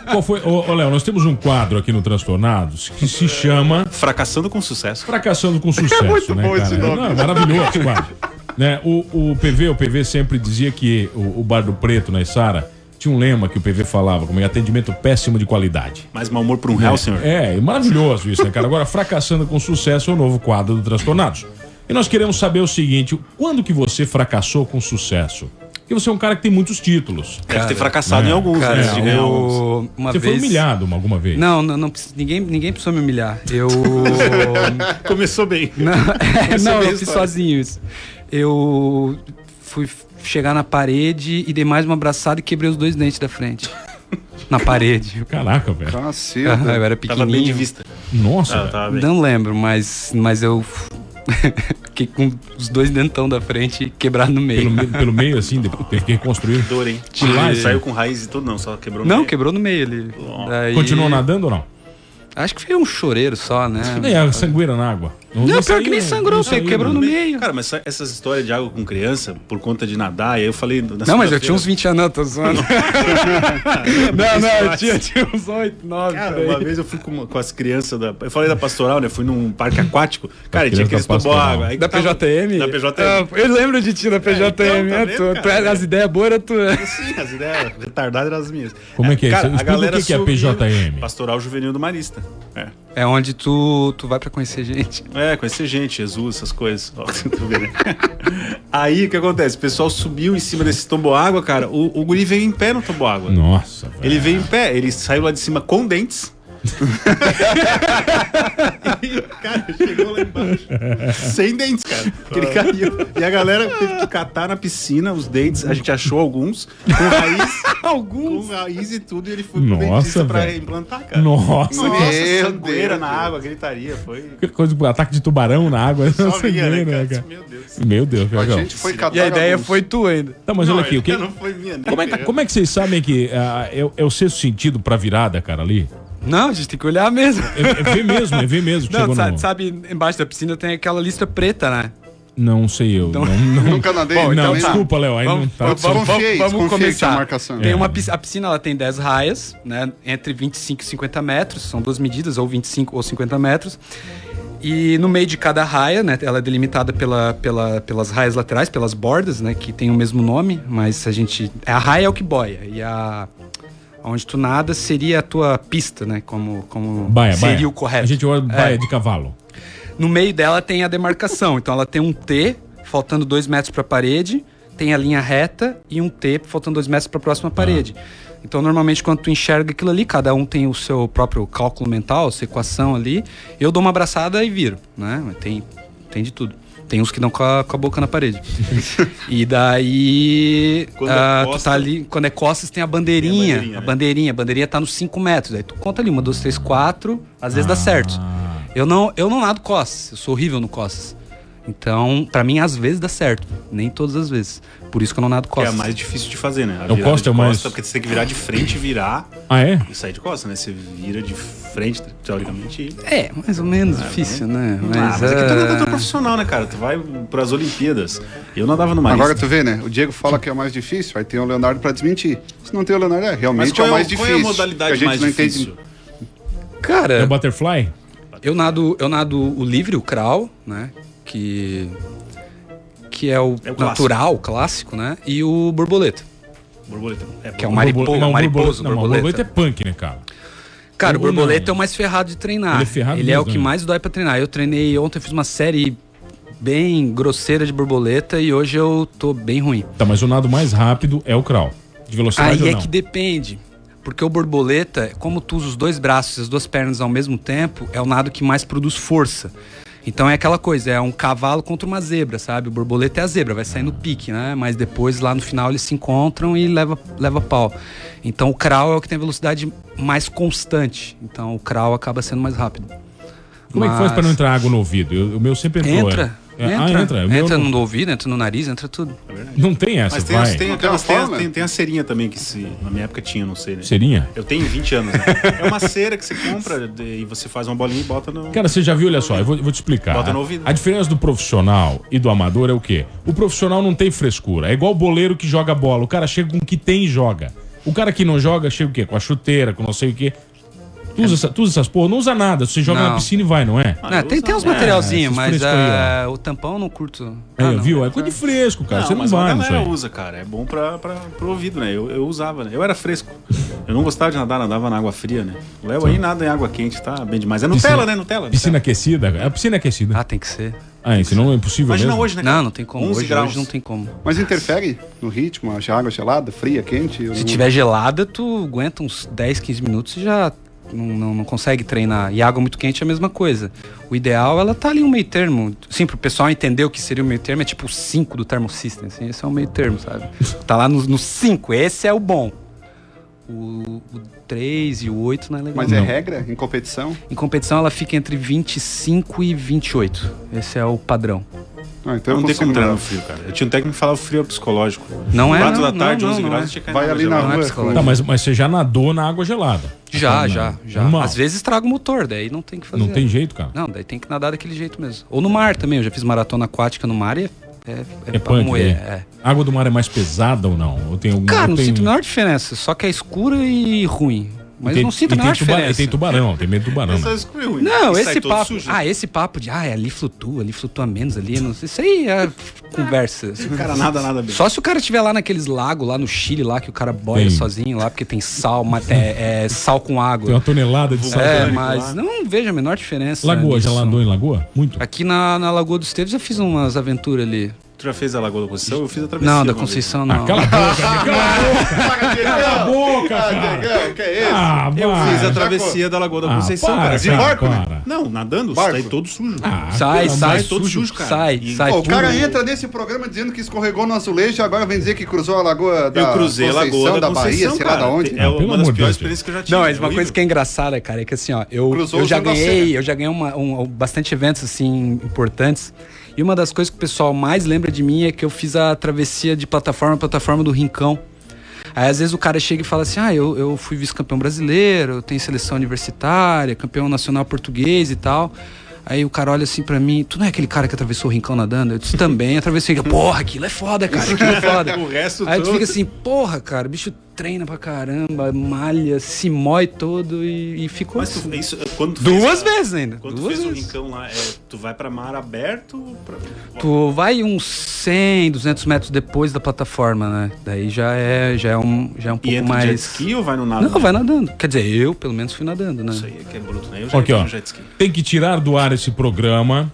Qual foi? Ô, ô, Léo, nós temos um quadro aqui no Transtornados que
É.
se chama
Fracassando com sucesso.
Fracassando com Sucesso.
muito
né,
bom
cara?
esse nome.
Não, é maravilhoso esse quadro. Né, o, o PV, o PV sempre dizia que o, o Bar do Preto na Isara tinha um lema que o PV falava, como é atendimento péssimo de qualidade.
Mais mau humor pra um réu, senhor.
É, é maravilhoso isso, né, cara? Agora, fracassando com sucesso é o novo quadro do Transtornados. E nós queremos saber o seguinte: quando que você fracassou com sucesso? Porque você é um cara que tem muitos títulos.
Deve ter
Cara,
fracassado
né?
em alguns,
Cara,
né? antes de ganhar alguns.
eu, É, uma
Você
vez...
foi humilhado uma- alguma vez?
Não, não, não precisa- ninguém, ninguém precisou me humilhar. Eu.
Começou bem.
não, é,
Essa é
não,
a
eu
minha
fiz
história.
sozinho isso. Eu fui f- chegar na parede e dei mais uma abraçada e quebrei os dois dentes da frente. Na parede.
Caraca, velho.
eu
Cacilda.
era
Tava bem de
pequenininho.
vista.
Nossa,
Tava,
velho.
tava bem.
Não lembro, mas, mas eu. fiquei com os dois dentão da frente quebrado no meio.
Pelo, me- pelo meio, assim, de- teve que reconstruir.
Dor, hein?
Tirei.
Ah, ele
assim,
saiu com raiz e tudo, não, só quebrou no
Não,
meio.
quebrou no meio ele.
né?
Daí-
é, Continuou nadando ou não?
Acho que foi um choreiro só, né?
É, a sangueira na água.
Não,
nem
pior
saiu,
que nem sangrou,
não saiu,
quebrou
né?
no meio.
Cara, mas essa- essas histórias de água com criança, por conta de nadar, e aí eu falei. na
Não, mas eu
segunda-feira-
tinha uns 20 anos, tô zoando. não, não, eu tinha, tinha uns 8, 9.
Cara, uma vez eu fui com, com as crianças da. Eu falei da pastoral, né? Fui num parque aquático. Cara, e tinha
crianças
aqueles
da pastoral.
toboágua. Aí
Da
tava-
PJM?
Da PJM.
Ah, eu lembro de ti da PJM.
tá
é,
vendo,
tu,
cara?
tu era- as ideias boas eram tuas.
Sim, as ideias retardadas eram as minhas.
Como é que é
Cara,
isso? Explica
a galera
o que que é
subia-
PJM.
Pastoral Juvenil do Marista. É.
É onde tu, tu vai pra conhecer gente.
É, conhecer gente, Jesus, essas coisas. Ó, tu vê, né? Aí o que acontece? O pessoal subiu em cima desse tomboágua, cara. O, o guri veio em pé no tomboágua.
Nossa, velho.
Ele veio em pé, ele saiu lá de cima com dentes. e o cara chegou lá embaixo sem dentes, cara. Porque ele caiu. E a galera teve que catar na piscina os dentes. A gente achou alguns com raiz,
Alguns.
com raiz e tudo. E ele foi
Nossa,
pro dentista pra
velho.
implantar, cara.
Nossa.
Nossa,
Meu
sangueira
Deus.
na água, gritaria. Foi.
Coisa, de ataque de tubarão na água.
Só
Nossa,
vinha, né,
sangueira,
cara?
né, cara?
É,
Meu Deus.
Meu Deus,
A
Fiagão.
gente foi catar
E a ideia
alguns.
foi tu ainda.
Tá, mas olha
Não,
aqui, o que...
Não foi minha, nem
Como é, que,
ferrando.
como é que vocês sabem que ah, é, o- é o sexto sentido pra virada, cara, ali?
Não, a gente tem que olhar mesmo.
É, é ver mesmo, é ver mesmo. que
Não,
chegou
sabe,
no...
sabe, embaixo da piscina tem aquela lista preta, né?
Não sei
Então-
eu. não, não-
Nunca nadei.
Bom,
não,
então tá.
desculpa, Léo. Aí não tá.
vamos- Desconfiei, desconfiei que tinha marcação.
Tem
É.
uma piscina, a piscina ela tem 10 raias, né? Entre 25 e 50 metros, são duas medidas, ou 25 ou 50 metros. E no meio de cada raia, né? Ela é delimitada pela, pela, pelas raias laterais, pelas bordas, né? Que tem o mesmo nome, mas a gente. A raia é o que boia. E a. Onde tu nada seria a tua pista, né? Como, como
Baia,
seria
baia.
o correto.
A gente olha
É.
baia de cavalo.
No meio dela tem a demarcação. Então ela tem um T, faltando dois metros para a parede, tem a linha reta e um T, faltando dois metros para a próxima parede. Então, normalmente, quando tu enxerga aquilo ali, cada um tem o seu próprio cálculo mental, sua equação ali. Eu dou uma abraçada e viro, né? Mas Tem, tem de tudo. Tem uns que dão com a, com a boca na parede. e daí.
Quando é
ah, tu
costa-
tá ali. Quando é costas, tem a bandeirinha.
bandeirinha,
a
né?
bandeirinha. A bandeirinha tá nos 5 metros. Aí tu conta ali, uma, duas, três, quatro. Às vezes dá certo.
Ah.
Eu não, eu não nado costas, eu sou horrível no costas. Então, pra mim, às vezes dá certo. Nem todas as vezes. Por isso que eu não nado
Que é a
costas.
mais difícil de fazer, né? A
o
virada
costa
de
é o mais-
Porque você tem que virar de frente e virar
Ah, é?
e sair de costa, né? Você vira de frente, teoricamente. E...
É, mais ou menos difícil, né? Mas,
ah, mas é que tu
ah,
nadador profissional, né, cara? Tu vai pras Olimpíadas. Eu nadava
É
no Marista.
Agora tu vê, né? O Diego fala que é o mais difícil, aí tem o Leonardo pra desmentir. Se não tem o Leonardo, é
Mas
realmente é
qual
o mais
qual
difícil.
é a
que a
modalidade
gente
mais
não entende-
difícil?
É o
Cara,
butterfly?
eu nado, eu nado o livre, o crawl, né? Que. Que é o,
É o clássico.
natural, o clássico, né? E o borboleta.
Borboleta. É,
Que é o
borboleta.
maripo-
Borbo- Um não,
mariposo,
Não, mas o
borboleta.
borboleta é punk, né, cara?
Cara, o
Ou não.
borboleta é o mais ferrado de treinar.
Ele é ferrado
Ele é o
mesmo,
que
né?
mais dói pra treinar. Eu treinei ontem, eu fiz uma série bem grosseira de borboleta e hoje eu tô bem ruim.
Tá, mas o nado mais rápido é o crawl. De velocidade
Aí
ou
é
não?
que depende. Porque o borboleta, como tu usa os dois braços e as duas pernas ao mesmo tempo, é o nado que mais produz força. Então é aquela coisa, é um cavalo contra uma zebra, sabe? O borboleta é a zebra, vai sair no pique, né? Mas depois lá no final eles se encontram e leva, leva pau. Então o crawl é o que tem a velocidade mais constante. Então o crawl acaba sendo mais rápido.
Como é que faz pra não entrar água no ouvido? Eu- o meu sempre entrou.
Entra,
é. É,
entra,
Ah, entra. O meu
entra
não,
no ouvido, entra no nariz, entra tudo.
não tem essa,
Mas tem,
vai.
as, tem, um-
Não
aquelas,
tem uma
tem,
forma?
tem- tem a cerinha também, que se, na minha época tinha, não sei, né?
Serinha?
Eu tenho 20 anos. Né? É uma cera que você compra de- e você faz uma bolinha e bota no.
Cara, você já viu, olha só, eu vou, eu vou te explicar.
Bota no ouvido.
A diferença do profissional e do amador é o quê? O profissional não tem frescura. É igual o boleiro que joga bola. O cara chega com o que tem e joga. O cara que não joga chega o quê? Com a chuteira, com não sei o quê. Tu usa, essa- tu usa essas porra, não usa nada. Você joga
Não.
na piscina e vai, não é?
Ah,
Não,
eu
tem, tem uns
usava.
materialzinhos,
esses
mas
frescos aí,
ah, o tampão eu não curto.
É,
Ah, não.
viu? É coisa de fresco, cara. você não
mas
vai,
a
não sei.
galera usa, cara. É bom pra, pra, pro ouvido, né? Eu, eu usava, né? Eu era fresco. Eu não gostava de nadar, nadava na água fria, né? O Léo aí nada em água quente, tá bem demais. É Nutella, né? Nutella.
Piscina aquecida? É a piscina aquecida.
Ah, tem que ser.
Ah, senão é impossível
Imagina
mesmo.
hoje, né? cara?
Não, não tem como.
11
Hoje,
graus.
hoje não tem como.
Mas interfere no ritmo, a água gelada, fria, quente? Eu
Se
não-
tiver gelada, tu aguenta uns 10, 15 minutos e já não, não, não consegue treinar. E água muito quente é a mesma coisa. O ideal, ela tá ali um meio termo. Sim, pro pessoal entender o que seria o meio termo, é tipo 5 do Thermosystem, assim. Esse é o meio termo, sabe? tá lá no 5, esse é o bom. O, o 3 e o 8 não é legal.
Mas é
não.
regra em competição?
Em competição ela fica entre 25 e 28. Esse é o padrão.
Ah, então eu
Não tem
consigo
como treinar no
não.
frio, cara. Eu tinha um técnico que falava frio é psicológico.
Não é,
4 da
não,
tarde,
não,
11
não,
graus,
não.
você tinha que
Vai
cair
ali na
gelada.
Não é
rua.
psicológico.
Tá, mas, mas você já nadou na água gelada.
Já,
Não.
já, já.
Irmão,
Às vezes estraga o motor, daí não tem o que fazer.
não tem jeito, cara.
Não, daí tem que nadar daquele jeito mesmo. Ou no mar também, eu já fiz maratona aquática no mar e é, é, é
É
pra
punk,
moer, é.
né? Água do mar é mais pesada ou não? Ou tem algum,
Cara,
ou
não
tem...
sinto a menor diferença, só que é escura e ruim. Mas
tem-
não sinto a
e tem
menor
tuba-
diferença.
E tem tubarão, tem medo do tubarão. né?
Não,
Sai
esse
todo
papo.
sujo.
Ah, esse papo de ah, ali flutua, ali flutua menos, ali. Não, sei, isso aí é conversa.
Cara, nada, nada bem.
Só se o cara estiver lá naqueles lagos, lá no Chile, lá que o cara boia
Tem.
sozinho lá, porque tem sal, mate- é, é sal com
Tem uma
água.
tonelada de sal.
É,
vulcânico
mas
lá.
não vejo a menor diferença.
Lagoa, já
nisso.
nadou em lagoa? Muito.
Aqui na, na Lagoa dos Teves eu fiz umas aventuras ali.
Tu já fez a Lagoa da Conceição? Eu fiz a travessia.
Não, da
uma vez.
Conceição não.
Ah, Cala a boca,
Para,
cala a
Diegão!
boca,
Ah,
cara.
Diegão, que é isso?
Ah,
Eu
vai.
fiz a travessia da Lagoa da
Ah,
Conceição,
para,
cara. de
cara,
barco, né?
para.
Não, nadando,
Barco.
sai todo sujo.
Ah,
Sai,
pelo amor
sai,
de
todo
tudo,
sujo, cara.
Sai,
E-
sai
Pô, o
tudo.
cara entra nesse programa dizendo que escorregou no azulejo e agora vem dizer que cruzou a lagoa da
eu cruzei a
Conceição,
Lagoa da,
da Bahia,
Conceição,
sei lá
cara.
da onde.
É
Pelo
uma das
amor de Deus,
piores experiências que eu já tive.
Não, mas uma
horrível.
coisa que é engraçada, cara, é que assim, ó, eu,
Cruzou
eu já
o Santa
ganhei,
Sé.
eu já ganhei uma, um, um- bastante eventos, assim, importantes. E uma das coisas que o pessoal mais lembra de mim é que eu fiz a travessia de plataforma a plataforma do Rincão. Aí às vezes o cara chega e fala assim: Ah, eu, eu fui vice-campeão brasileiro, eu tenho seleção universitária, campeão nacional português e tal. Aí o cara olha assim pra mim, tu não é aquele cara que atravessou o rincão nadando? Eu disse, também, atravessei. Ele, Porra, aquilo é foda, cara, aquilo é foda.
O resto
Aí tu
todo.
fica assim, porra, cara, o bicho treina pra caramba, malha, se mói todo e, e ficou
Mas tu,
assim.
isso, eh, quando tu
Duas
fez a-
vezes ainda.
Quando tu
duas
fez o
vezes.
rincão lá, é, tu vai pra mar aberto? ou Pra...
Tu vai uns 100, 200 metros depois da plataforma, né? Daí já é, já é um, já é um
E
pouco
entra no jet
mais...
ski ou vai no nada?
Não, vai nadando. Quer dizer, eu pelo menos fui nadando, né?
Isso aí é que é bruto, né? Eu já
Aqui,
entrei
ó.
no jet ski.
Tem que tirar do ar esse programa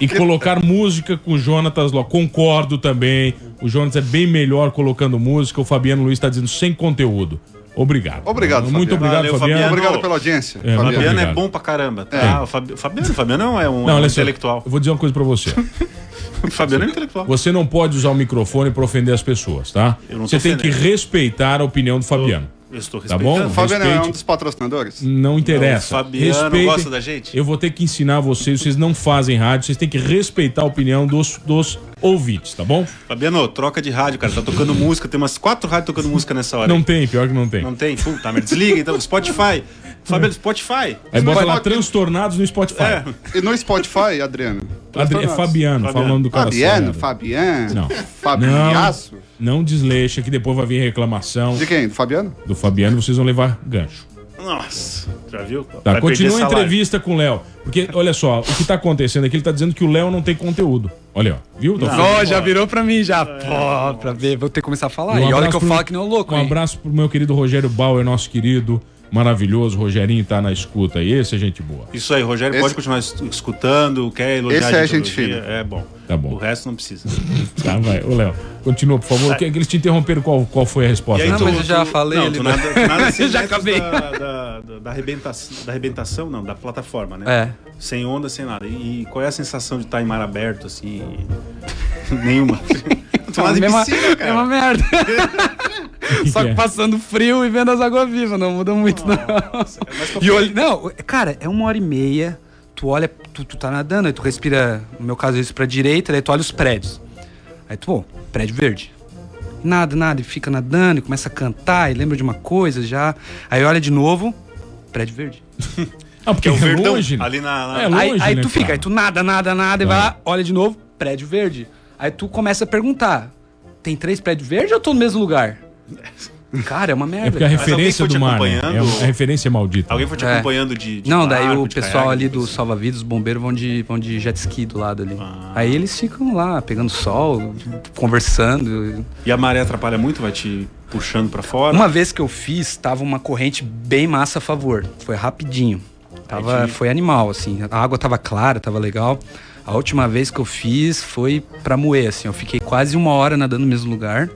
e colocar música com o Jonatas Ló. Concordo também. O Jonatas é bem melhor colocando música. O Fabiano Luiz está dizendo sem conteúdo. Obrigado.
Obrigado,
Muito
Fabiano.
obrigado,
Valeu,
Fabiano.
Fabiano.
Obrigado pela audiência.
É,
O
Fabiano.
Fabiano é
Obrigado.
bom pra caramba. Tá? O Fabi- Fabiano, Fabiano é um,
Não,
é um
olha só,
intelectual.
Eu vou dizer uma coisa pra você.
O Fabiano é um intelectual.
Você não pode usar o microfone pra ofender as pessoas, tá?
Eu não
você
tô
tem que
ofendendo.
respeitar a opinião do Fabiano.
Eu estou
Tá
respeitando.
bom?
Fabiano é
Respeite.
um dos patrocinadores?
Não interessa.
Não, o Fabiano
Respeitem.
gosta da gente?
Eu vou ter que ensinar vocês, vocês não fazem rádio, vocês têm que respeitar a opinião dos, dos ouvintes, tá bom?
Fabiano, troca de rádio, cara. Tá tocando música. Tem umas quatro rádios tocando música nessa hora.
Não tem, pior que não tem.
Não tem? Puta merda. Desliga então. Spotify. Fabiano, Spotify.
Aí bota
Mas
lá
pode-
transtornados no Spotify.
É.
E no Spotify, Adriano?
Adri- é Fabiano,
Fabiano.
falando do cara.
Fabiano,
certo.
Fabiano.
Não.
Fabiaço?
Não desleixa, que depois vai vir reclamação
De quem? Do Fabiano?
do Fabiano e vocês vão levar gancho.
Nossa. Já viu?
Tá,
Vai
continua
perder
a
salário.
entrevista com o Léo. Porque, olha só, o que tá acontecendo aqui, ele tá dizendo que o Léo não tem conteúdo. Olha, ó. Viu? Tô falando.
Ó, já virou pra mim, já.
É, um
Pô, pra ver, vou ter que começar a falar.
Um
e olha
abraço
que eu
pro-
falo que nem um louco,
Um
hein?
abraço pro meu querido Rogério Bauer, nosso querido, maravilhoso. Rogerinho tá na escuta aí. Esse é gente boa.
Isso aí, Rogério,
Esse-
pode continuar es- escutando, quer elogiar
Esse
a
é gente
ideologia,
fina.
É bom.
Tá bom.
O resto não precisa.
Tá, vai. Ô, Léo, continua, por favor. Que- que Eles te interromperam qual, qual foi a resposta.
Não, mas eu já falei
Não,
ali,
tu
né?
nada, tu nada 100
Já
metros
acabei.
Da, da, da, da arrebentação, da arrebentação, não, da plataforma, né?
É.
Sem onda, sem nada. E, e qual é a sensação de estar em mar aberto, assim? Nenhuma. tu
É
nada
uma
em
mesma-
piscina, cara.
É uma merda.
que
Só
que é?
que passando frio e vendo as águas vivas, não muda muito, não.
cara, é, mas qual
E
foi?
olha, não, cara, é uma hora e meia, tu olha, tu, tu tá nadando, aí tu respira, no meu caso, isso pra direita, daí tu olha os prédios. Aí tu, pô, prédio verde. Nada, nada, e fica nadando, e começa a cantar, e lembra de uma coisa já. Aí olha de novo, prédio verde.
Ah, porque
Que é o
é
Verdão,
longe, né?
ali na- na-
É
Aí,
longe,
aí
né,
tu fica,
cara?
aí tu nada, nada, nada, e
Tá.
vai lá, olha de novo, prédio verde. Aí tu começa a perguntar: tem três prédios verdes ou eu tô no mesmo lugar? Cara, é uma
É porque
merda.
a
cara.
alguém
referência
foi te
do mar, né?
acompanhando?
É uma- a referência é maldita.
Alguém foi te
É.
acompanhando de, de
Não, daí
barco,
o
de
pessoal
caiaque,
ali do
coisa assim?
salva-vidas, os bombeiros vão de, vão de jet ski do lado ali.
Ah.
Aí eles ficam lá, pegando sol, conversando.
E a maré atrapalha muito, vai te puxando pra fora.
Uma vez que eu fiz, tava uma corrente bem massa a favor. Foi rapidinho. Tava, foi animal, assim. A água tava clara, tava legal. A última vez que eu fiz foi pra moer, assim. Eu fiquei quase uma hora nadando no mesmo lugar.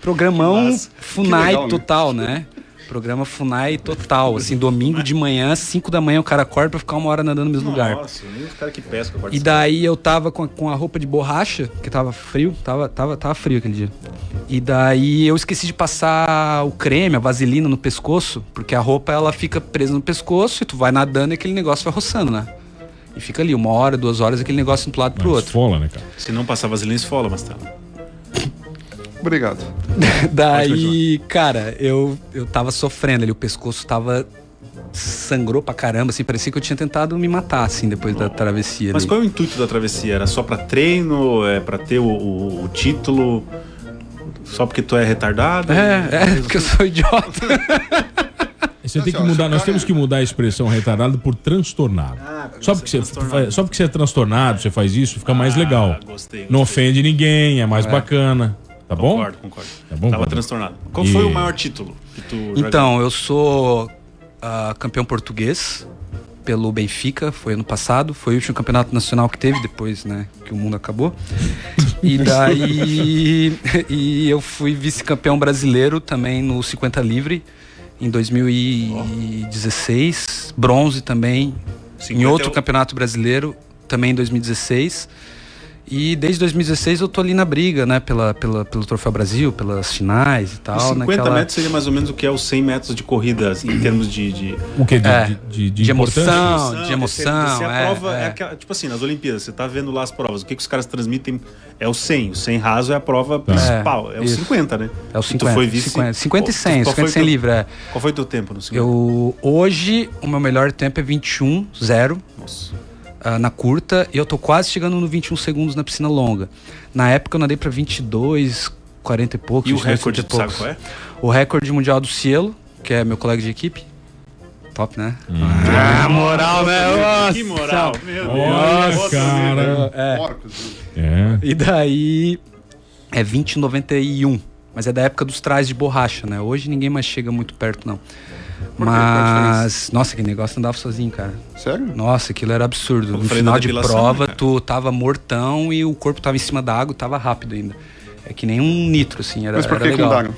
Programão
massa.
Funai
legal, né?
total, né? Programa Funai total. Assim, domingo de manhã, 5 da manhã, o cara acorda pra ficar uma hora nadando no mesmo lugar.
Nossa, nem os caras que pescam. eu
E
participo.
daí eu tava com a, com a roupa de borracha, porque tava frio, tava, tava, tava frio aquele dia. E daí eu esqueci de passar o creme, a vaselina no pescoço, porque a roupa ela fica presa no pescoço e tu vai nadando e aquele um negócio vai roçando, né? E fica ali uma hora, duas horas, aquele negócio indo pro lado e pro
Mas
outro.
Fola, né, cara?
Se não passar vaselina, esfola, mas tá.
Obrigado.
Daí, cara, eu, eu tava sofrendo ali, o pescoço tava. sangrou pra caramba, assim, parecia que eu tinha tentado me matar, assim, depois da travessia.
Mas
ali.
qual é o intuito da travessia? Era só pra treino? É pra ter o, o- o título? Só porque tu é retardado? Tá,
É, é, porque eu sou idiota.
Você tem que mudar, nós temos que mudar a expressão retardado por transtornado. só, porque você,
Ah, transtornado. Ah,
só porque você é transtornado, você faz isso, fica mais legal.
gostei, gostei.
Não ofende ninguém, é mais bacana. Tá
Concordo,
bom?
concordo.
Tá bom,
Tava
Cláudio?
transtornado. Qual
E-
foi o maior título que tu
Então, eu sou ah, campeão português pelo Benfica, foi ano passado, foi o último campeonato nacional que teve depois, né, que o mundo acabou. E daí e eu fui vice-campeão brasileiro também no 50 livre em 2016, bronze também
50
em
é
outro
o-
campeonato brasileiro também em 2016. E desde 2016 eu tô ali na briga, né, pela, pela, pelo Troféu Brasil, pelas finais e tal.
Os 50
naquela...
metros seria mais ou menos o que é os 100 metros de corrida assim, em termos de, de,
O que? De,
É,
de, de, de
de
importância?
emoção. de emoção,
desse- desse a
é,
prova é
é.
aquela- tipo assim, nas Olimpíadas, você tá vendo lá as provas, o que, que os caras transmitem é o 100. O 100 raso é a prova
Tá.
principal, é, o
isso.
50, né?
É o
E
50.
Tu foi vice,
50, 50 e 100,
Qual foi
50 e 100
teu-
livre, é.
Qual foi o teu tempo no 50?
Eu, hoje, o meu melhor tempo é 21, 0
Nossa.
ah, na curta, e eu tô quase chegando no 21 segundos na piscina longa. Na época eu nadei pra 22, 40 e poucos.
E o
22,
recorde,
30 e
tu sabe é?
poucos. O recorde mundial do Cielo, que é meu colega de equipe. Top, né? Ah, moral, né?
que moral. Meu Deus.
Olha, cara.
Porcos.
É.
né?
E daí é 20,91. Mas é da época dos trás de borracha, né? Hoje ninguém mais chega muito perto, não. Mas, nossa, que negócio andava sozinho, cara.
Sério?
Nossa, aquilo era absurdo.
Eu
No
falei da
final de
depilação,
prova,
né, cara?
tu tava mortão e o corpo tava em cima da água, tava rápido ainda. É que nem um nitro, assim, era,
Mas por
era
que que
legal.
mudaram?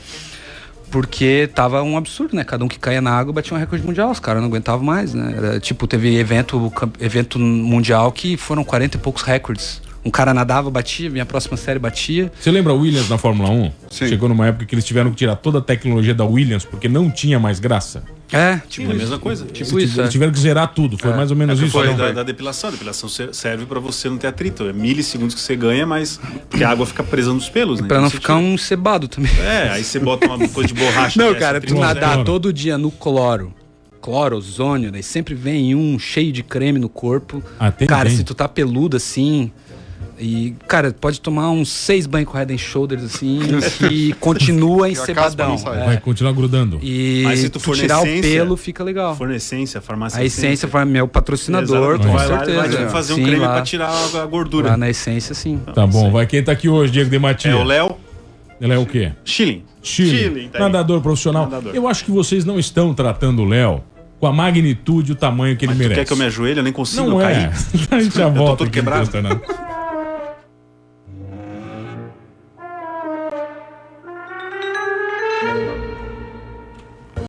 Porque tava um absurdo, né? Cada um que caía na água batia um recorde mundial, os caras não aguentavam mais, né? Era, tipo, teve evento, cam- evento mundial que foram 40 e poucos recordes. Um cara nadava, batia, minha próxima série batia.
Você lembra a Williams na Fórmula 1?
Sim.
Chegou numa época que eles tiveram que tirar toda a tecnologia da Williams porque não tinha mais graça.
É,
É
tipo,
a mesma coisa. Tipo,
tipo isso.
Eles
é.
tiveram que zerar tudo. Foi mais ou menos
É
isso.
foi
né?
da, da depilação. A depilação ser- serve pra você não ter atrito. É milissegundos que você ganha, mas porque a água fica presa nos pelos, né?
Pra não
Então,
ficar
você
um cebado também.
tira- É, aí você bota uma coisa de borracha.
Não,
dessa,
cara, tu
trinta, né?
nadar
Cloro.
todo dia no cloro, cloro, ozônio, daí sempre vem um cheio de creme no corpo.
Ah, tem,
cara,
tem.
se tu tá peludo assim. E, cara, pode tomar uns seis bancos head and shoulders assim e continua
a caspa não
encebadão.
sai.
é.
Vai continuar grudando.
E
Mas se
se
tu
tu,
for na
tirar
essência-
o pelo, fica legal.
For na essência, a farmácia
A essência foi meu patrocinador,
Exato.
com
vai
certeza.
Lá, e vai fazer um
Sim,
creme
lá-
pra tirar a a gordura.
Lá na essência, sim.
Tá bom, vai. Quem tá aqui hoje, Diego de Matias?
É o Léo
Ela é o quê?
Schilling.
Chile.
tá aí.
nadador profissional.
Nadador.
Eu acho que vocês não estão tratando o Léo com a magnitude e o tamanho que ele
Tu
merece.
quer que eu me ajoelhe? Eu nem consigo
Não
cair.
é. A gente já volta.
todo
aqui no
quebrado.
Transtornado.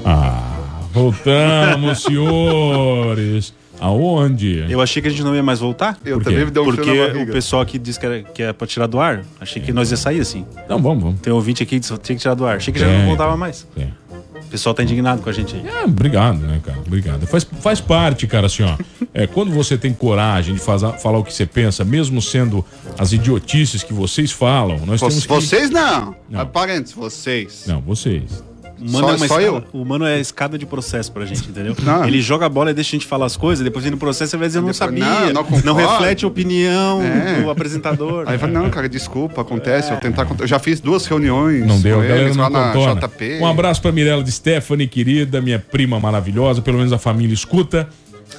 ah, voltamos, senhores. Aonde?
Eu achei que a gente não ia mais voltar.
Eu
Por quê?
também me deu um frio
Porque
na
o
barriga.
pessoal aqui disse que, era, que é pra tirar do ar. Achei que nós ia sair assim.
Então vamos, vamos.
Tem ouvinte aqui que só tinha que tirar do ar. Achei que já
É.
não voltava mais.
É.
O pessoal tá indignado com a gente aí.
É, obrigado, né, cara? Obrigado. Faz, faz parte, cara, assim, ó. É, quando você tem coragem de faza- falar o que você pensa, mesmo sendo as idiotices que vocês falam, nós temos
Vocês,
que...
não.
Não.
Ah, Parentes, vocês.
Não, vocês.
O mano,
Só-
é uma
só
escada,
eu?
o mano é a escada de processo pra gente, entendeu?
Não.
Ele joga a bola e deixa a gente falar as coisas, depois vem no processo e vai dizer, eu não
Depois,
sabia.
não, não
Não,
concordo. É.
reflete a opinião do apresentador.
Aí eu falei, não, cara, desculpa, acontece. Eu tentar contar. Eu já fiz duas reuniões.
Não deu,
com
a galera
eles, ah,
não
lá na
contona.
JP.
Um abraço pra Mirella de Stephanie, querida, minha prima maravilhosa, pelo menos a família escuta,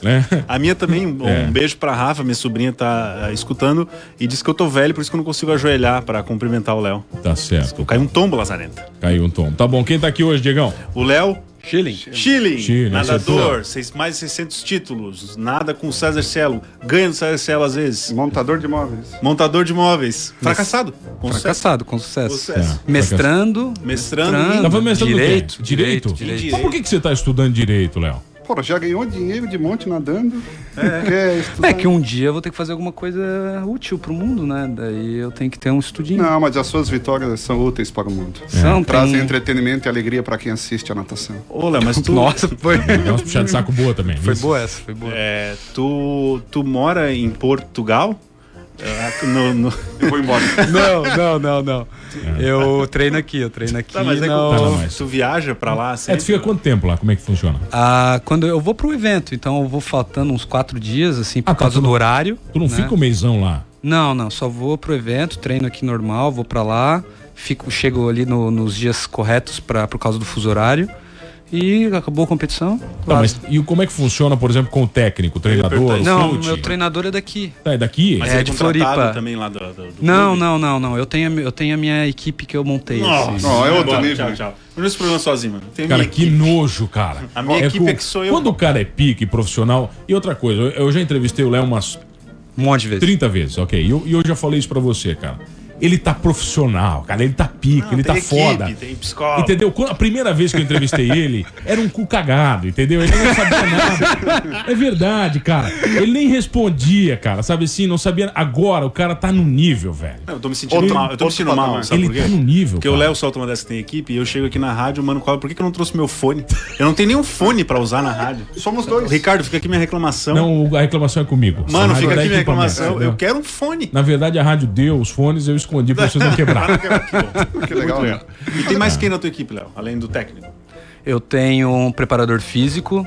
né?
A minha também, um,
É.
um beijo pra Rafa, minha sobrinha tá ah, escutando, e diz que eu tô velho, por isso que eu não consigo ajoelhar pra cumprimentar o Léo.
Tá certo.
Caiu um tombo, Lazarenta.
Caiu um tom. Tá bom, quem tá aqui hoje, Diegão?
O Léo
Schilling.
Chile,
Chile,
nadador, seis, mais de 600 títulos, nada com César Cielo, ganha do César Cielo às vezes,
Montador de móveis.
montador de imóveis, fracassado, com sucesso.
Fracassado, com sucesso.
Sucesso.
É.
Mestrando.
Mestrando.
Tá falando mestrando do quê?
direito, direito,
Direito?
Direito.
Mas por que, que você tá estudando direito, Léo?
Pô, já ganhou dinheiro de monte nadando. É. Quer estudar?
É que um dia eu vou ter que fazer alguma coisa útil pro mundo, né? Daí eu tenho que ter um estudinho.
Não, mas as suas vitórias são úteis para o mundo.
É.
São, tem-
Trazem entretenimento e alegria para quem assiste a natação.
Olá, mas tu,
Nossa, foi.
É umas puxadas de saco boa também.
foi
isso?
boa essa, foi boa.
é, tu, tu mora em Portugal? É, no- no-
Eu vou embora.
Não, não, não, não. Eu treino aqui, eu treino aqui.
Tá, mas é que
não-
Tá, não,
tu,
mas-
tu viaja pra lá assim?
É, tu
sempre?
fica quanto tempo lá? Como é que funciona?
Ah, quando eu vou pro evento, então eu vou faltando uns quatro dias, assim, por
Ah, tá,
causa
tu
do
não-
horário.
Tu não
né?
fica um mêsão lá?
Não, não, só vou pro evento, treino aqui normal, vou pra lá, fico, chego ali no- nos dias corretos pra, por causa do fuso horário. E acabou a competição.
Tá,
claro.
mas e como é que funciona, por exemplo, com o técnico, o treinador, o
Não,
coach?
meu treinador é daqui.
Tá, é daqui?
Mas
É,
é,
de
contratado
Floripa.
também lá do, do- do
Não,
clube?
não, não, não. Eu tenho, a mi- eu tenho a minha equipe que eu montei. assim.
Não, é outro
Bora,
nível,
Tchau,
né?
tchau. Não esse problema sozinho, mano. Tem
Cara,
minha
que
equipe.
nojo, cara.
A minha equipe
o-
é que sou eu.
Quando o cara é pique, profissional. E outra coisa, eu, eu já entrevistei o Léo umas
Um monte de vezes.
30 vezes, ok? E eu, e eu já falei isso pra você, cara. Ele tá profissional, cara. Ele tá pique,
Não,
ele
tem
tá
equipe,
foda.
Tem psicólogo.
Entendeu? Quando- A primeira vez que eu entrevistei ele, era um cu cagado, entendeu? Ele não sabia nada. É verdade, cara. Ele nem respondia, cara. Sabe assim, não sabia. Agora o cara tá num nível, velho.
Não, eu tô me sentindo
Outro-
mal. Eu tô me
outro
sentindo
patamar.
mal, sabe
Ele
por quê?
tá num nível,
Porque o
cara.
Léo solta uma dessas que tem equipe e eu chego aqui na rádio, o mano fala, por que, que eu não trouxe meu fone? Eu não tenho nenhum fone pra usar na rádio.
Somos dois.
Ricardo, fica aqui minha reclamação.
Não, o- a reclamação é comigo.
mano,
A rádio
fica
dá
aqui minha
equipamento,
reclamação.
entendeu?
Eu quero um fone.
Na verdade, a rádio deu os fones, eu escondi pra vocês não quebrar.
um
Que legal, né?
E tem mais quem na tua equipe, Léo? Além do técnico.
Eu tenho um preparador físico,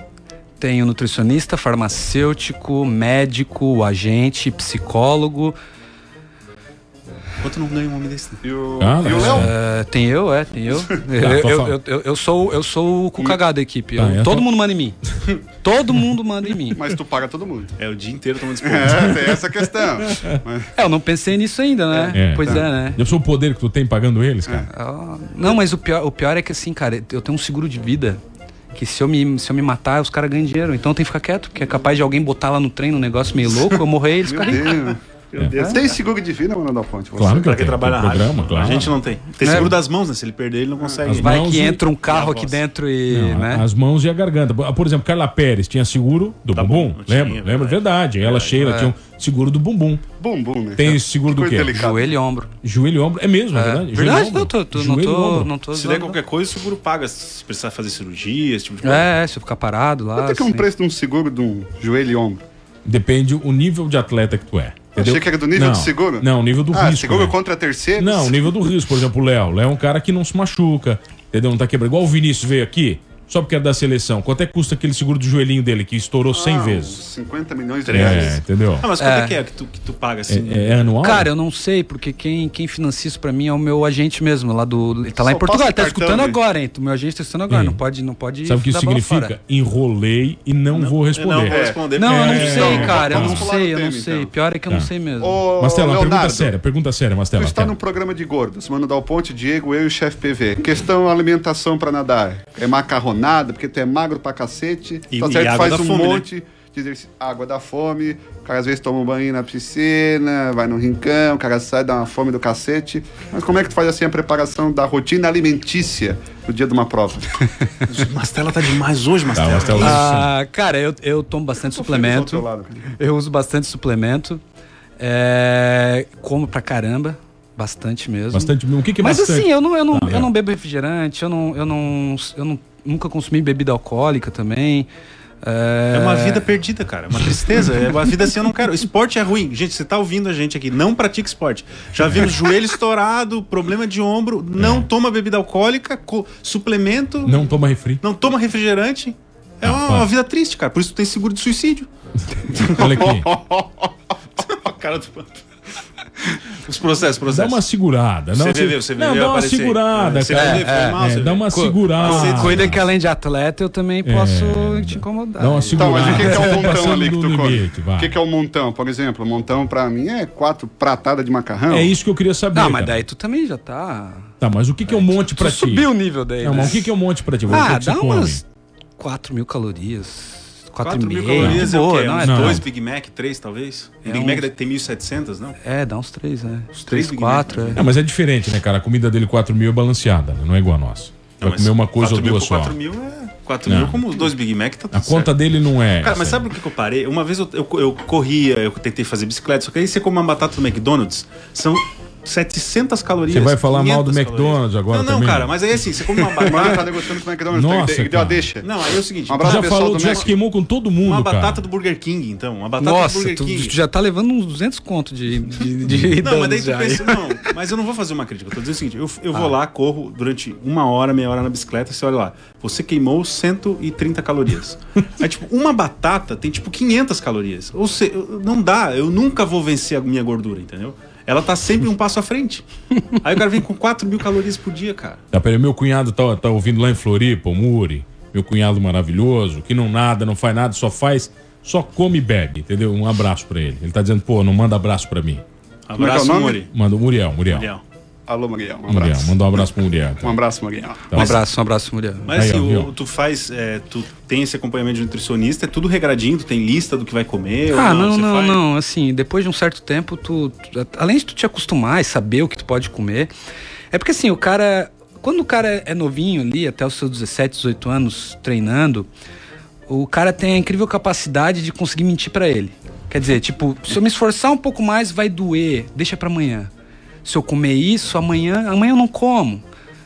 tenho um nutricionista, farmacêutico, médico, agente, psicólogo.
Quanto não ganha um homem desse? né?
E o,
Ah,
e o
mas
Léo?
é.
É, tem eu, é, tem eu.
pra
eu, eu,
falar.
eu, eu- eu sou, eu sou o cucagá da equipe.
Tá,
Eu-
eu
todo
tô-
mundo manda em mim. todo mundo manda em mim.
Mas tu paga todo mundo.
É o dia inteiro tomando esporte.
É, tem essa questão. Mas
É, eu não pensei nisso ainda, né?
É,
pois
tá.
é, né?
Já pensou o poder que tu tem pagando eles, cara?
Ah, Não, mas o pior, o pior é que assim, cara, eu tenho um seguro de vida. Que se eu me, se eu me matar, os caras ganham dinheiro. Então tem que ficar quieto, porque é capaz de alguém botar lá no trem um negócio meio louco, eu morrer, eles
Meu
ficam ricos.
Deus.
Meu Deus.
Tem seguro de vida, Mano da Ponte? Você?
Claro que eu
Pra quem
tenho.
trabalha na
Tem
rádio.
programa, claro.
A gente não tem. Tem
É.
seguro das mãos, né? Se ele perder, ele não consegue.
As
Vai
Mãos
que
e-
entra um
e
carro
a
aqui
voz.
dentro e.
Não,
né?
As mãos e a garganta. Ah, Por exemplo, Carla Pérez tinha seguro do
Tá
Da
bumbum.
bumbum, tinha,
lembra?
né?
lembra?
verdade.
Verdade. Ela, Sheila,
é.
tinha um seguro do bumbum.
Bum, bum, né?
Tem seguro do
Coisa
quê?
delicada.
Joelho e ombro.
Joelho e ombro. É mesmo, é verdade? Joelho e
Verdade,
ombro.
não tô, tô- não
Joelho e
tô.
ombro.
Não tô
Se der
zoando.
qualquer coisa, o seguro paga. Se precisar fazer cirurgia, esse tipo de coisa.
É, se eu ficar parado lá.
Ah,
Quanto é que é um
assim.
preço de um seguro de um joelho e ombro?
Depende o nível de atleta que tu é. Entendeu?
Achei que era do nível
não,
de seguro.
Não, o nível do
ah,
risco.
seguro
né?
contra terceiros?
Não, o nível do risco. Por exemplo, o Léo. O Léo é um cara que não se machuca. Entendeu? Não tá quebrando. Igual o Vinícius veio aqui, só porque era da seleção. Quanto é que custa aquele seguro do joelhinho dele, que estourou 100
Ah,
vezes?
50 milhões de
É,
reais.
entendeu?
Ah, mas quanto é,
É.
que é que tu, que tu paga assim?
É, é anual?
Cara, eu não sei, porque quem, quem financia isso pra mim é o meu agente mesmo, lá do. Ele tá lá
Só
em Portugal,
passa
ele tá
cartão,
escutando
né?
agora, hein? O meu agente tá escutando agora,
Sim.
não pode. Não pode
Sabe o que isso
dar bola
significa?
fora.
Enrolei e não, vou
Eu não
responder.
vou responder.
Não, eu não
É,
sei,
não,
cara, eu não
vamos pular
sei,
o
eu não
tema,
sei.
então.
Pior é que eu não
Tá.
sei mesmo.
Ô,
Mastela, uma pergunta
Leonardo,
séria, pergunta séria,
Tu
Mastela. tá.
está num programa de gordos, Mano Dal Ponte, Diego, eu e o chefe PV. Questão alimentação pra nadar. É macarronada, porque tu é magro pra cacete.
E-
tá
e
certo,
água
faz
da
um
fome, né?
monte de exercício. Água da fome, o cara às vezes toma um banho na piscina, vai no rincão, o cara sai, dá uma fome do cacete. Mas como é que tu faz assim a preparação da rotina alimentícia no dia de uma prova?
Mastela tá demais hoje,
Tá,
Mastela.
Mastela.
Ah, cara, eu, eu tomo bastante suplemento.
Ao teu lado, cara.
Eu uso bastante suplemento. É, como pra caramba. Bastante mesmo.
Bastante mesmo. O que, que é
Mas
bastante?
assim, eu não, eu, não,
Tá,
eu não
é.
bebo refrigerante, eu não, eu não. Eu não nunca consumi bebida alcoólica também. É,
É uma vida perdida, cara. É uma tristeza. É uma vida assim, eu não quero. Esporte é ruim. Gente, você tá ouvindo a gente aqui. Não pratica esporte. Já vimos joelho estourado, problema de ombro. Não toma bebida alcoólica, co- suplemento. Não.
Não toma refri.
toma refrigerante. É
Ah,
uma,
para.
uma vida triste, cara. Por isso tu tem seguro de suicídio.
Olha aqui.
A cara do Os processos,
Dá
processos.
uma segurada. Dá uma
CVV,
se-
o CVV
não, dá uma
aparecer.
segurada,
É,
cara.
CVV, foi mal,
É,
CVV.
dá uma
Co-
segurada.
Você-
Coisa que além de atleta eu
É.
também posso te incomodar.
Dá uma
aí.
Então,
segurada.
mas o que, que é
Tá
o montão
passando
ali que
do
tu
limite,
come?
vai.
O que, que é o montão, por exemplo? O montão pra mim é quatro pratadas de macarrão.
É isso que eu queria saber.
Não, mas
cara.
daí tu também já tá.
Tá, mas o que, que é um monte pra
Tu
ti?
subiu o nível daí.
Não,
né?
mas o que, que é um monte pra ti? O que
Ah,
que
dá
você come?
umas 4 mil calorias. 4
4 mil
De
calorias é o
boa,
quê?
não é
Uns
Não.
dois
dois.
Big Mac, três talvez?
É
Big
um-
Mac deve ter 1.700, não?
É, dá uns 3, né? Uns 3,
Três Big
4.
Mac,
É, mas é diferente, né, cara? A comida dele 4 mil é balanceada, né? não é igual a nossa. Vai comer uma coisa ou duas só.
4 mil é... 4
Não.
mil como os dois Big Mac tá tudo
A conta dele não é.
Cara, mas
essa.
sabe o que, que eu parei? Uma vez eu, eu, eu corria, eu tentei fazer bicicleta, só que aí você come uma batata do McDonald's, são 700 calorias.
Você vai falar mal do
500 calorias.
McDonald's agora
Não, não,
também?
cara, mas aí assim, você come uma
Mano, tá
batata...
negociando com o McDonald's.
Nossa,
Nossa, deu
cara.
a deixa.
não, aí é o seguinte,
Um abraço
já
pro pessoal
falou,
do
já
Mac.
se queimou com todo mundo,
uma
cara.
batata do Burger King, então, uma batata do
Nossa,
Burger
tu,
King.
tu já tá levando uns 200 conto de, de, de
Não, mas
danos
daí tu
já aí.
pensa, não, mas eu não vou fazer uma crítica. Eu tô dizendo o seguinte: eu, eu vou lá, corro durante uma hora, meia hora na bicicleta, você olha lá, você queimou 130 calorias. Aí, tipo, uma batata tem tipo 500 calorias. Ou seja, eu- não dá, eu nunca vou vencer a minha gordura, entendeu? Ela tá sempre um passo à frente. Aí o cara vem com 4 mil calorias por dia, cara.
Tá, peraí, meu cunhado tá, tá ouvindo lá em Floripa, o Muri. Meu cunhado maravilhoso, que não nada, não faz nada, só faz, só come e bebe, entendeu? Um abraço pra ele. Ele tá dizendo, pô, não manda abraço pra mim.
é que é o
Abraço,
nome?
Mori.
Manda o Muriel, Muriel. Muriel,
Legal.
Alô, Muriel. Um abraço.
manda um abraço pro Muriel.
Um
Tá?
abraço, Muriel.
Um abraço, um abraço, mulher.
Mas
Aí,
assim,
ó,
o-
viu?
tu faz. é, tu tem esse acompanhamento de nutricionista, é tudo regradinho, tu tem lista do que vai comer. ou
Ah, não,
Você
não,
faz-
não. Assim, depois de um certo tempo, tu, tu- além de tu te acostumar e saber o que tu pode comer, é porque assim, o cara. Quando o cara é novinho ali, até os seus 17, 18 anos treinando, o cara tem a incrível capacidade de conseguir mentir pra ele. Quer dizer, tipo, se eu me esforçar um pouco mais, vai doer, deixa pra amanhã. Se eu comer isso, amanhã, amanhã eu não como.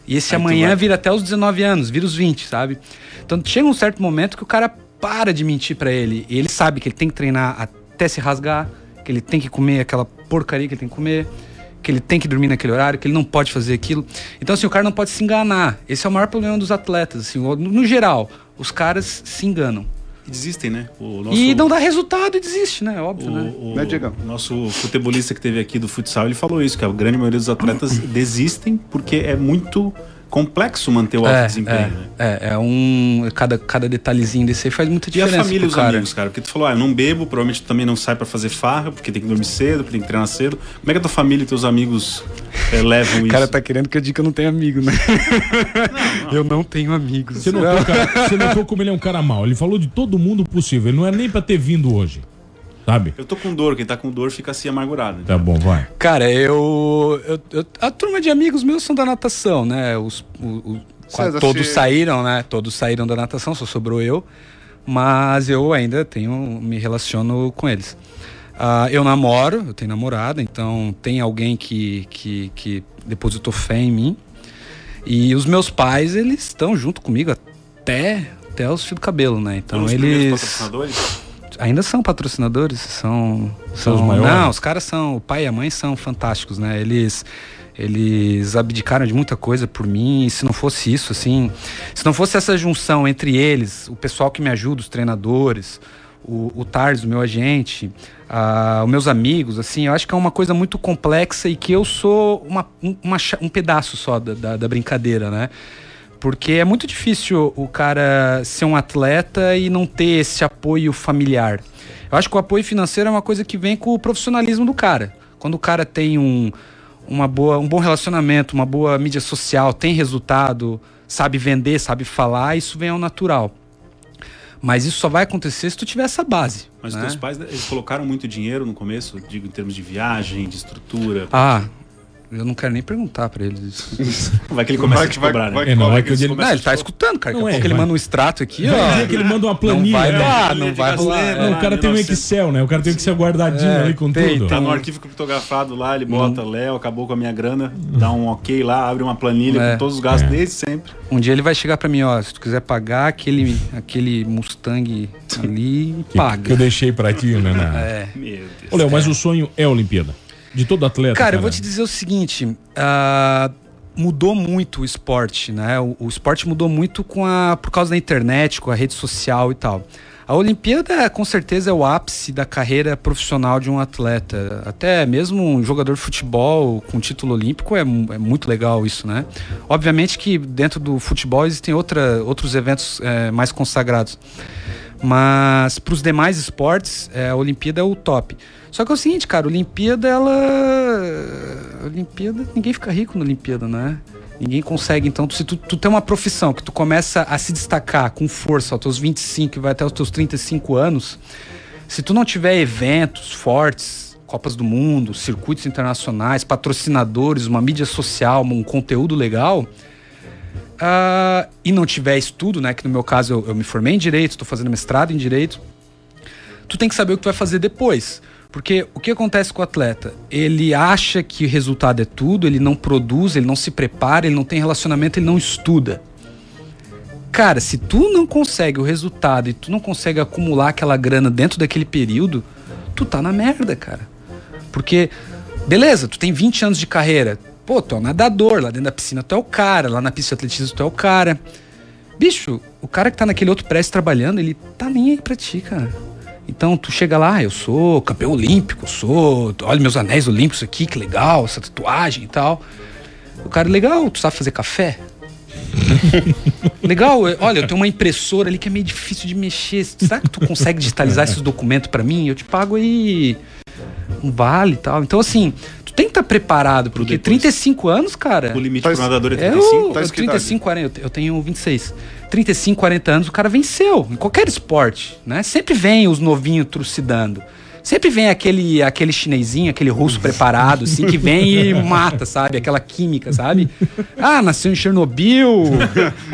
E esse amanhã vira até os 19 anos, vira os 20, sabe? Então chega um certo momento que o cara para de mentir pra ele. E ele sabe que ele tem que treinar até se rasgar, que ele tem que comer aquela porcaria que ele tem que comer, que ele tem que dormir naquele horário, que ele não pode fazer aquilo. Então, assim, o cara não pode se enganar. Esse é o maior problema dos atletas, assim, no, no geral. Os caras se enganam.
E desistem, né? O
E
nosso-
não dá resultado e desiste, né? Óbvio, né?
O, o
Né, Diegão?
nosso futebolista que teve aqui do futsal, ele falou isso, que a grande maioria dos atletas desistem porque é muito complexo manter o alto
É,
desempenho, né?
é, é, é um. Cada, cada detalhezinho desse aí faz muita
E a
diferença.
família e
pro
os
cara.
amigos, cara? Porque tu falou, ah, eu não bebo, provavelmente tu também não sai pra fazer farra, porque tem que dormir cedo, porque tem que treinar cedo. Como é que a tua família e teus amigos eh, levam isso?
O cara tá querendo que eu diga que eu não tenho amigo, né? Eu não tenho amigos.
Você notou, cara, você notou como ele é um cara mau. Ele falou de todo mundo possível. Ele não é nem pra ter vindo hoje. Sabe?
Eu tô com dor, quem tá com dor fica assim amargurado. né?
Tá bom, vai.
Cara, eu, eu- eu- A turma de amigos meus são da natação, né? Os, o- o-
César,
todos
se-
saíram, né? Todos saíram da natação, só sobrou eu. Mas eu ainda tenho. me relaciono com eles. Ah, eu namoro, eu tenho namorada, então tem alguém que, que, que depositou fé em mim. E os meus pais, eles estão junto comigo até, até os fios do cabelo, né? Então
Foram os primeiros
eles.
patrocinadores?
Ainda são patrocinadores, são,
São
são,
os maiores?
Não, os caras são, o pai e a mãe são fantásticos, né? Eles eles abdicaram de muita coisa por mim, e se não fosse isso assim, se não fosse essa junção entre eles, o pessoal que me ajuda, os treinadores, o, o Tars, o meu agente, ah, os meus amigos, assim, eu acho que é uma coisa muito complexa e que eu sou uma, um, uma cha- um pedaço só da- da, da brincadeira, né? Porque é muito difícil o cara ser um atleta e não ter esse apoio familiar. Eu acho que o apoio financeiro é uma coisa que vem com o profissionalismo do cara. Quando o cara tem um, uma boa, um bom relacionamento, uma boa mídia social, tem resultado, sabe vender, sabe falar, isso vem ao natural. Mas isso só vai acontecer se tu tiver essa base.
Mas
né?
os teus pais, eles colocaram muito dinheiro no começo, digo, em termos de viagem, de estrutura.
Ah, eu não quero nem perguntar pra eles isso.
Vai que ele começa
Vai
a te
que vai-
cobrar, né?
vai
É, não,
Como
é
é que
que eu
eles
digo-
Não, ele tá escutando, cara. Daqui
Não
a
é,
pouco ele
vai.
manda um extrato aqui,
Vai
ó.
dizer que ele manda uma
Não
planilha.
vai
né?
dar, não vai rolar.
Planilha
Não,
de
o cara tem um
1900.
Excel, né? O cara tem um Excel guardadinho
É,
ali com
tem,
tudo.
Tá no arquivo criptografado lá, ele
Hum.
bota Léo, acabou com a minha grana, dá um ok lá, abre uma planilha
É.
com todos os gastos desde sempre.
Um dia ele vai chegar pra mim, ó, se tu quiser pagar aquele, aquele Mustang ali,
Que, que eu
paga.
deixei pra ti, né? né?
É.
Meu Deus.
Ô, Léo, mas o sonho é a Olimpíada. De todo atleta.
Cara, eu vou te dizer o seguinte, ah, mudou muito o esporte, né? O, o esporte mudou muito com a, por causa da internet, com a rede social e tal. A Olimpíada, com certeza, é o ápice da carreira profissional de um atleta. Até mesmo um jogador de futebol com título olímpico é, mu- é muito legal isso, né? Obviamente que dentro do futebol existem outra, outros eventos eh, mais consagrados. Mas para os demais esportes, é, a Olimpíada é o top. Só que é o seguinte, cara, a Olimpíada, ela. a Olimpíada, ninguém fica rico na Olimpíada, né? Ninguém consegue. Então, se tu, tu tem uma profissão que tu começa a se destacar com força aos teus 25 e vai até os teus 35 anos, se tu não tiver eventos fortes, Copas do Mundo, circuitos internacionais, patrocinadores, uma mídia social, um conteúdo legal, ah, e não tiver estudo, né? Que no meu caso eu, eu me formei em direito, estou fazendo mestrado em direito. Tu tem que saber o que tu vai fazer depois. Porque o que acontece com o atleta? Ele acha que o resultado é tudo, ele não produz, ele não se prepara, ele não tem relacionamento, ele não estuda. Cara, se tu não consegue o resultado e tu não consegue acumular aquela grana dentro daquele período, tu tá na merda, cara. Porque, beleza, tu tem 20 anos de carreira. Pô, tu é um nadador, lá dentro da piscina tu é o cara, lá na pista de atletismo tu é o cara. Bicho, o cara que tá naquele outro prédio trabalhando, ele tá nem aí pra ti, cara. Então tu chega lá, "Ah, eu sou campeão olímpico, eu sou, olha meus anéis olímpicos aqui, que legal, essa tatuagem e tal. O cara, legal, tu sabe fazer café? Legal, eu- olha, eu tenho uma impressora ali que é meio difícil de mexer. Será que tu consegue digitalizar esses documentos pra mim? Eu te pago aí um vale e tal. Então, assim, tu tem que estar preparado, porque
depois.
35 anos, cara.
O limite
Tá
pro nadador é
É
35.
o
tá
eu
escrito
assim,
35, 40, eu te- eu tenho 26. 35, 40 anos, o cara venceu em qualquer esporte, né? Sempre vem os novinhos trucidando. Sempre vem aquele aquele chinesinho, aquele russo preparado, assim, que vem e mata, sabe? Aquela química, sabe? Ah, nasceu em Chernobyl,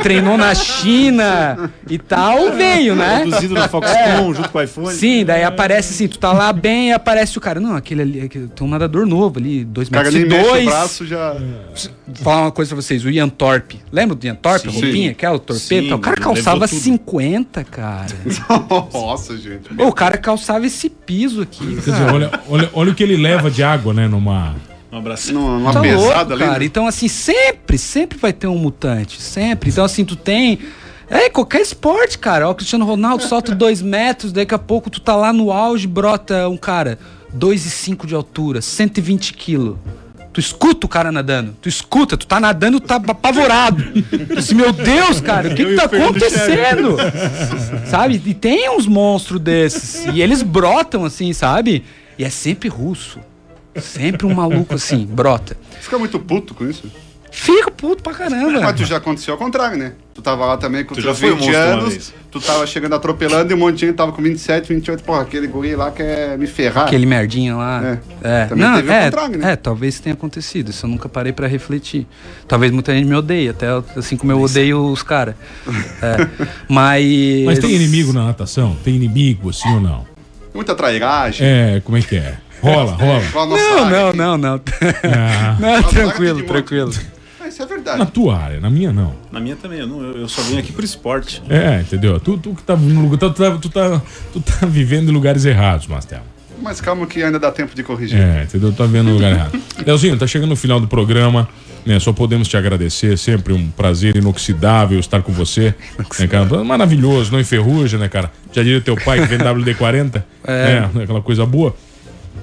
treinou na China e tal, veio, né?
Produzido na Foxconn junto com o iPhone.
Sim, daí aparece assim, tu tá lá bem e aparece o cara. Não, aquele ali, aquele- tem um nadador novo ali, dois
O cara
metros
nem
e
mexe o
dois.
braço, já...
Vou falar uma coisa pra vocês, o Ian Torpe. Lembra do Ian Torpe? A
Sim.
roupinha, aquela
Sim,
torpeta? O cara
levou
calçava
tudo.
50, cara.
Nossa, gente.
Ô, o cara calçava esse piso aqui.
Quer dizer, olha, olha, olha o que ele leva de água, né? Numa.
Um abraço.
Numa, numa
Tá
pesada
louco,
ali.
cara.
né?
Então, assim, sempre, sempre vai ter um mutante. Sempre. Então, assim, tu tem. É, qualquer esporte, cara. Ó, o Cristiano Ronaldo solta dois metros, daqui a pouco tu tá lá no auge, brota um cara, 2,5 de altura, 120 quilos. Tu escuta o cara nadando. Tu escuta, tu tá nadando, tu tá apavorado. Tu diz, meu Deus, cara, o que,
Eu
que
e o
tá
Fernando
acontecendo? sabe? E tem uns monstros desses. E eles brotam assim, sabe? E é sempre russo. Sempre um maluco assim, brota.
Fica muito puto com isso.
Fico puto pra caramba.
Mas tu já aconteceu ao contrário, né? Tu tava lá também com
Tu
os
já
teus
foi um
20
monstro uma
anos,
vez.
tu tava chegando atropelando e um monte de gente tava com 27, 28, porra, aquele guri lá quer me ferrar.
Aquele merdinha lá.
É.
É.
Também
Não,
teve o
é,
contrário, né?
é, talvez tenha acontecido. Isso eu nunca parei pra refletir. Talvez muita gente me odeie, até assim como eu odeio os caras. Mas.
Mas tem inimigo na natação? Tem inimigo, assim ou não?
Muita trairagem.
É, como é que é? Rola, rola.
Igual a nossa
Não,
área
não,
aqui.
não, não.
Ah,
Não,
Nossa,
tranquilo,
área tem de
tranquilo.
Ah, isso é
na
verdade.
tua área, na minha não.
Na minha também, eu, não- eu- eu só vim aqui por esporte.
É, entendeu? Tu, tu que tá, no lugar- tu, tá, tu, tá, tu tá vivendo em lugares errados, Mastelo.
Mas calma que ainda dá tempo de corrigir.
É, entendeu? Tá vendo no lugar errado. Leozinho, tá chegando no final do programa. Né, só podemos te agradecer, sempre um prazer inoxidável estar com você. Né, cara? Maravilhoso, não enferruja, né, cara? Já diria teu pai que vem WD-40, né, aquela coisa boa.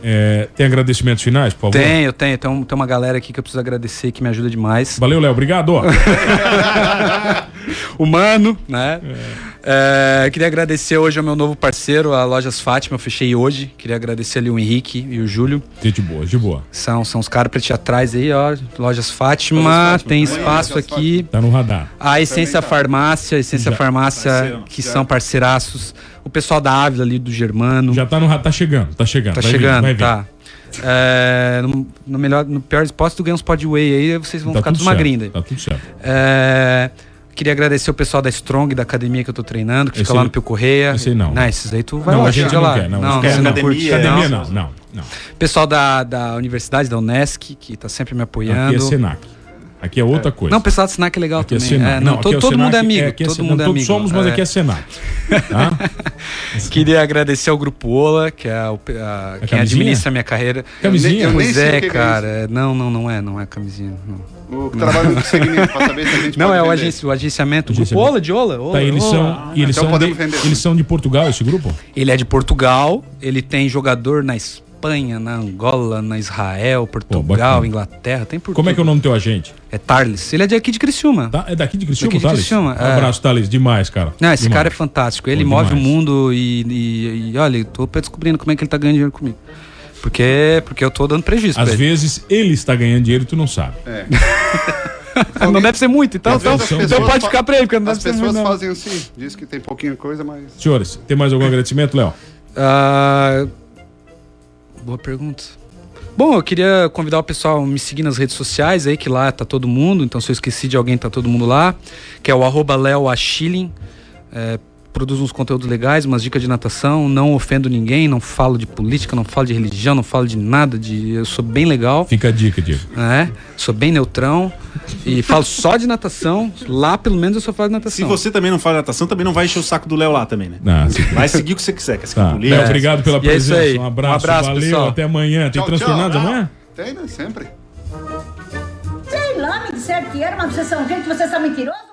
É, tem agradecimentos finais, por favor?
Tenho, tenho. Tem, um- tem uma galera aqui que eu preciso agradecer, que me ajuda demais.
Valeu, Léo, obrigado. ó.
É. humano, né? É, queria agradecer hoje ao meu novo parceiro, a Lojas Fátima. Eu fechei hoje. Queria agradecer ali o Henrique e o Júlio.
Gente boa, de boa.
São, são os caras pra te atrás aí, ó. Lojas Fátima,
Lojas Fátima.
tem
Olha aí,
espaço
Lojas
aqui.
Tá no radar.
A Essência
tá.
Farmácia, a Essência Farmácia,
Parceiro,
que são parceiraços. O pessoal da Ávila ali, do Germano.
Já tá no radar, tá chegando, tá chegando.
Tá
vai vir,
chegando,
vai vir.
tá. É, no, no melhor, no pior esporte, tu ganha uns podway aí, vocês vão
Tá
ficar
tudo
tudo magrinda.
certo, Tá tudo certo.
É, queria agradecer o pessoal da Strong, da academia que eu tô treinando, que
Esse
fica lá
aí-
no Pio Correia.
esse aí não.
esses aí tu vai
não,
lá,
a gente
chega
não
lá.
quer, não.
não,
a gente
não,
não,
não
academia,
curte.
Academia
não.
não, não, não.
Pessoal da, da universidade, da Unesc, que tá sempre me
Aqui é
apoiando.
Senac. Aqui é outra coisa.
não, o pessoal da Senac é legal
Aqui é
também.
Senac.
É, não,
aqui
todo,
o
todo mundo é
Senac,
amigo.
aqui é
todo
Senac.
mundo é
Todos
amigo.
somos, mas
é.
aqui é Senac. Tá?
Queria agradecer ao Grupo Ola, que é o, a, quem
camisinha?
administra a minha carreira.
Camisinha?
Eu nem- eu nem
Pois
sei
é,
o que que é,
cara.
cara. É, Não, não, não é. Não é camisinha. não.
O que trabalha no segmento, pra saber se a gente
Não,
pode
é o,
vender.
agenci- o agenciamento. O
Agenciamento.
Grupo Ola de Ola? Ola,
Tá, e eles
Ola.
são, e eles,
Então
são
podemos
de,
vender.
eles são de Portugal, esse grupo?
Ele é de Portugal, ele tem jogador na Espanha, na Angola, na Israel, Portugal,
bacana.
Inglaterra, tem por
Como é que é o
tudo.
nome do teu agente?
É Tarles. Ele é de aqui de Criciúma.
Tá? É daqui de Criciúma,
Daqui de
Thales?
Criciúma,
Um
é.
abraço, Thales. Demais, cara.
Não, esse
Demais.
cara é fantástico. Ele
Bom
move
demais.
o mundo e, e, e, olha, eu tô descobrindo como é que ele tá ganhando dinheiro comigo. Porque, porque eu tô dando prejuízo
Às
pra ele.
vezes ele está ganhando dinheiro e tu não sabe.
É.
Não deve ser muito, então,
Às
então,
vezes as
então
pessoas
pode
fa-
ficar pra ele, porque não
As
deve ser muito.
pessoas
Não.
fazem assim, diz que tem pouquinha coisa, mas.
Senhores, tem mais algum agradecimento, Léo?
Ah, boa pergunta. Bom, eu queria convidar o pessoal a me seguir nas redes sociais aí, que lá tá todo mundo. Então, se eu esqueci de alguém, tá todo mundo lá. Que é o arroba Léo Achilling. É, produzo uns conteúdos legais, umas dicas de natação. Não ofendo ninguém, não falo de política, não falo de religião, não falo de nada. De... Eu sou bem legal
Fica a dica, Diego.
né? Sou bem neutrão e falo só de natação. Lá, pelo menos, eu só falo de
Se
natação.
você também não faz natação, também não vai encher o saco do Léo lá também, né?
Ah, sim.
Vai seguir o que você quiser. Quer seguir
Tá.
política,
Léo, obrigado pela
E é isso
presença.
aí.
Um abraço,
Um abraço,
valeu,
pessoal.
até amanhã. Tem
Tchau,
transtornados
tchau.
amanhã?
Tem, né? Sempre.
Sei lá, me disseram que era, mas vocês são gente, vocês são mentirosos.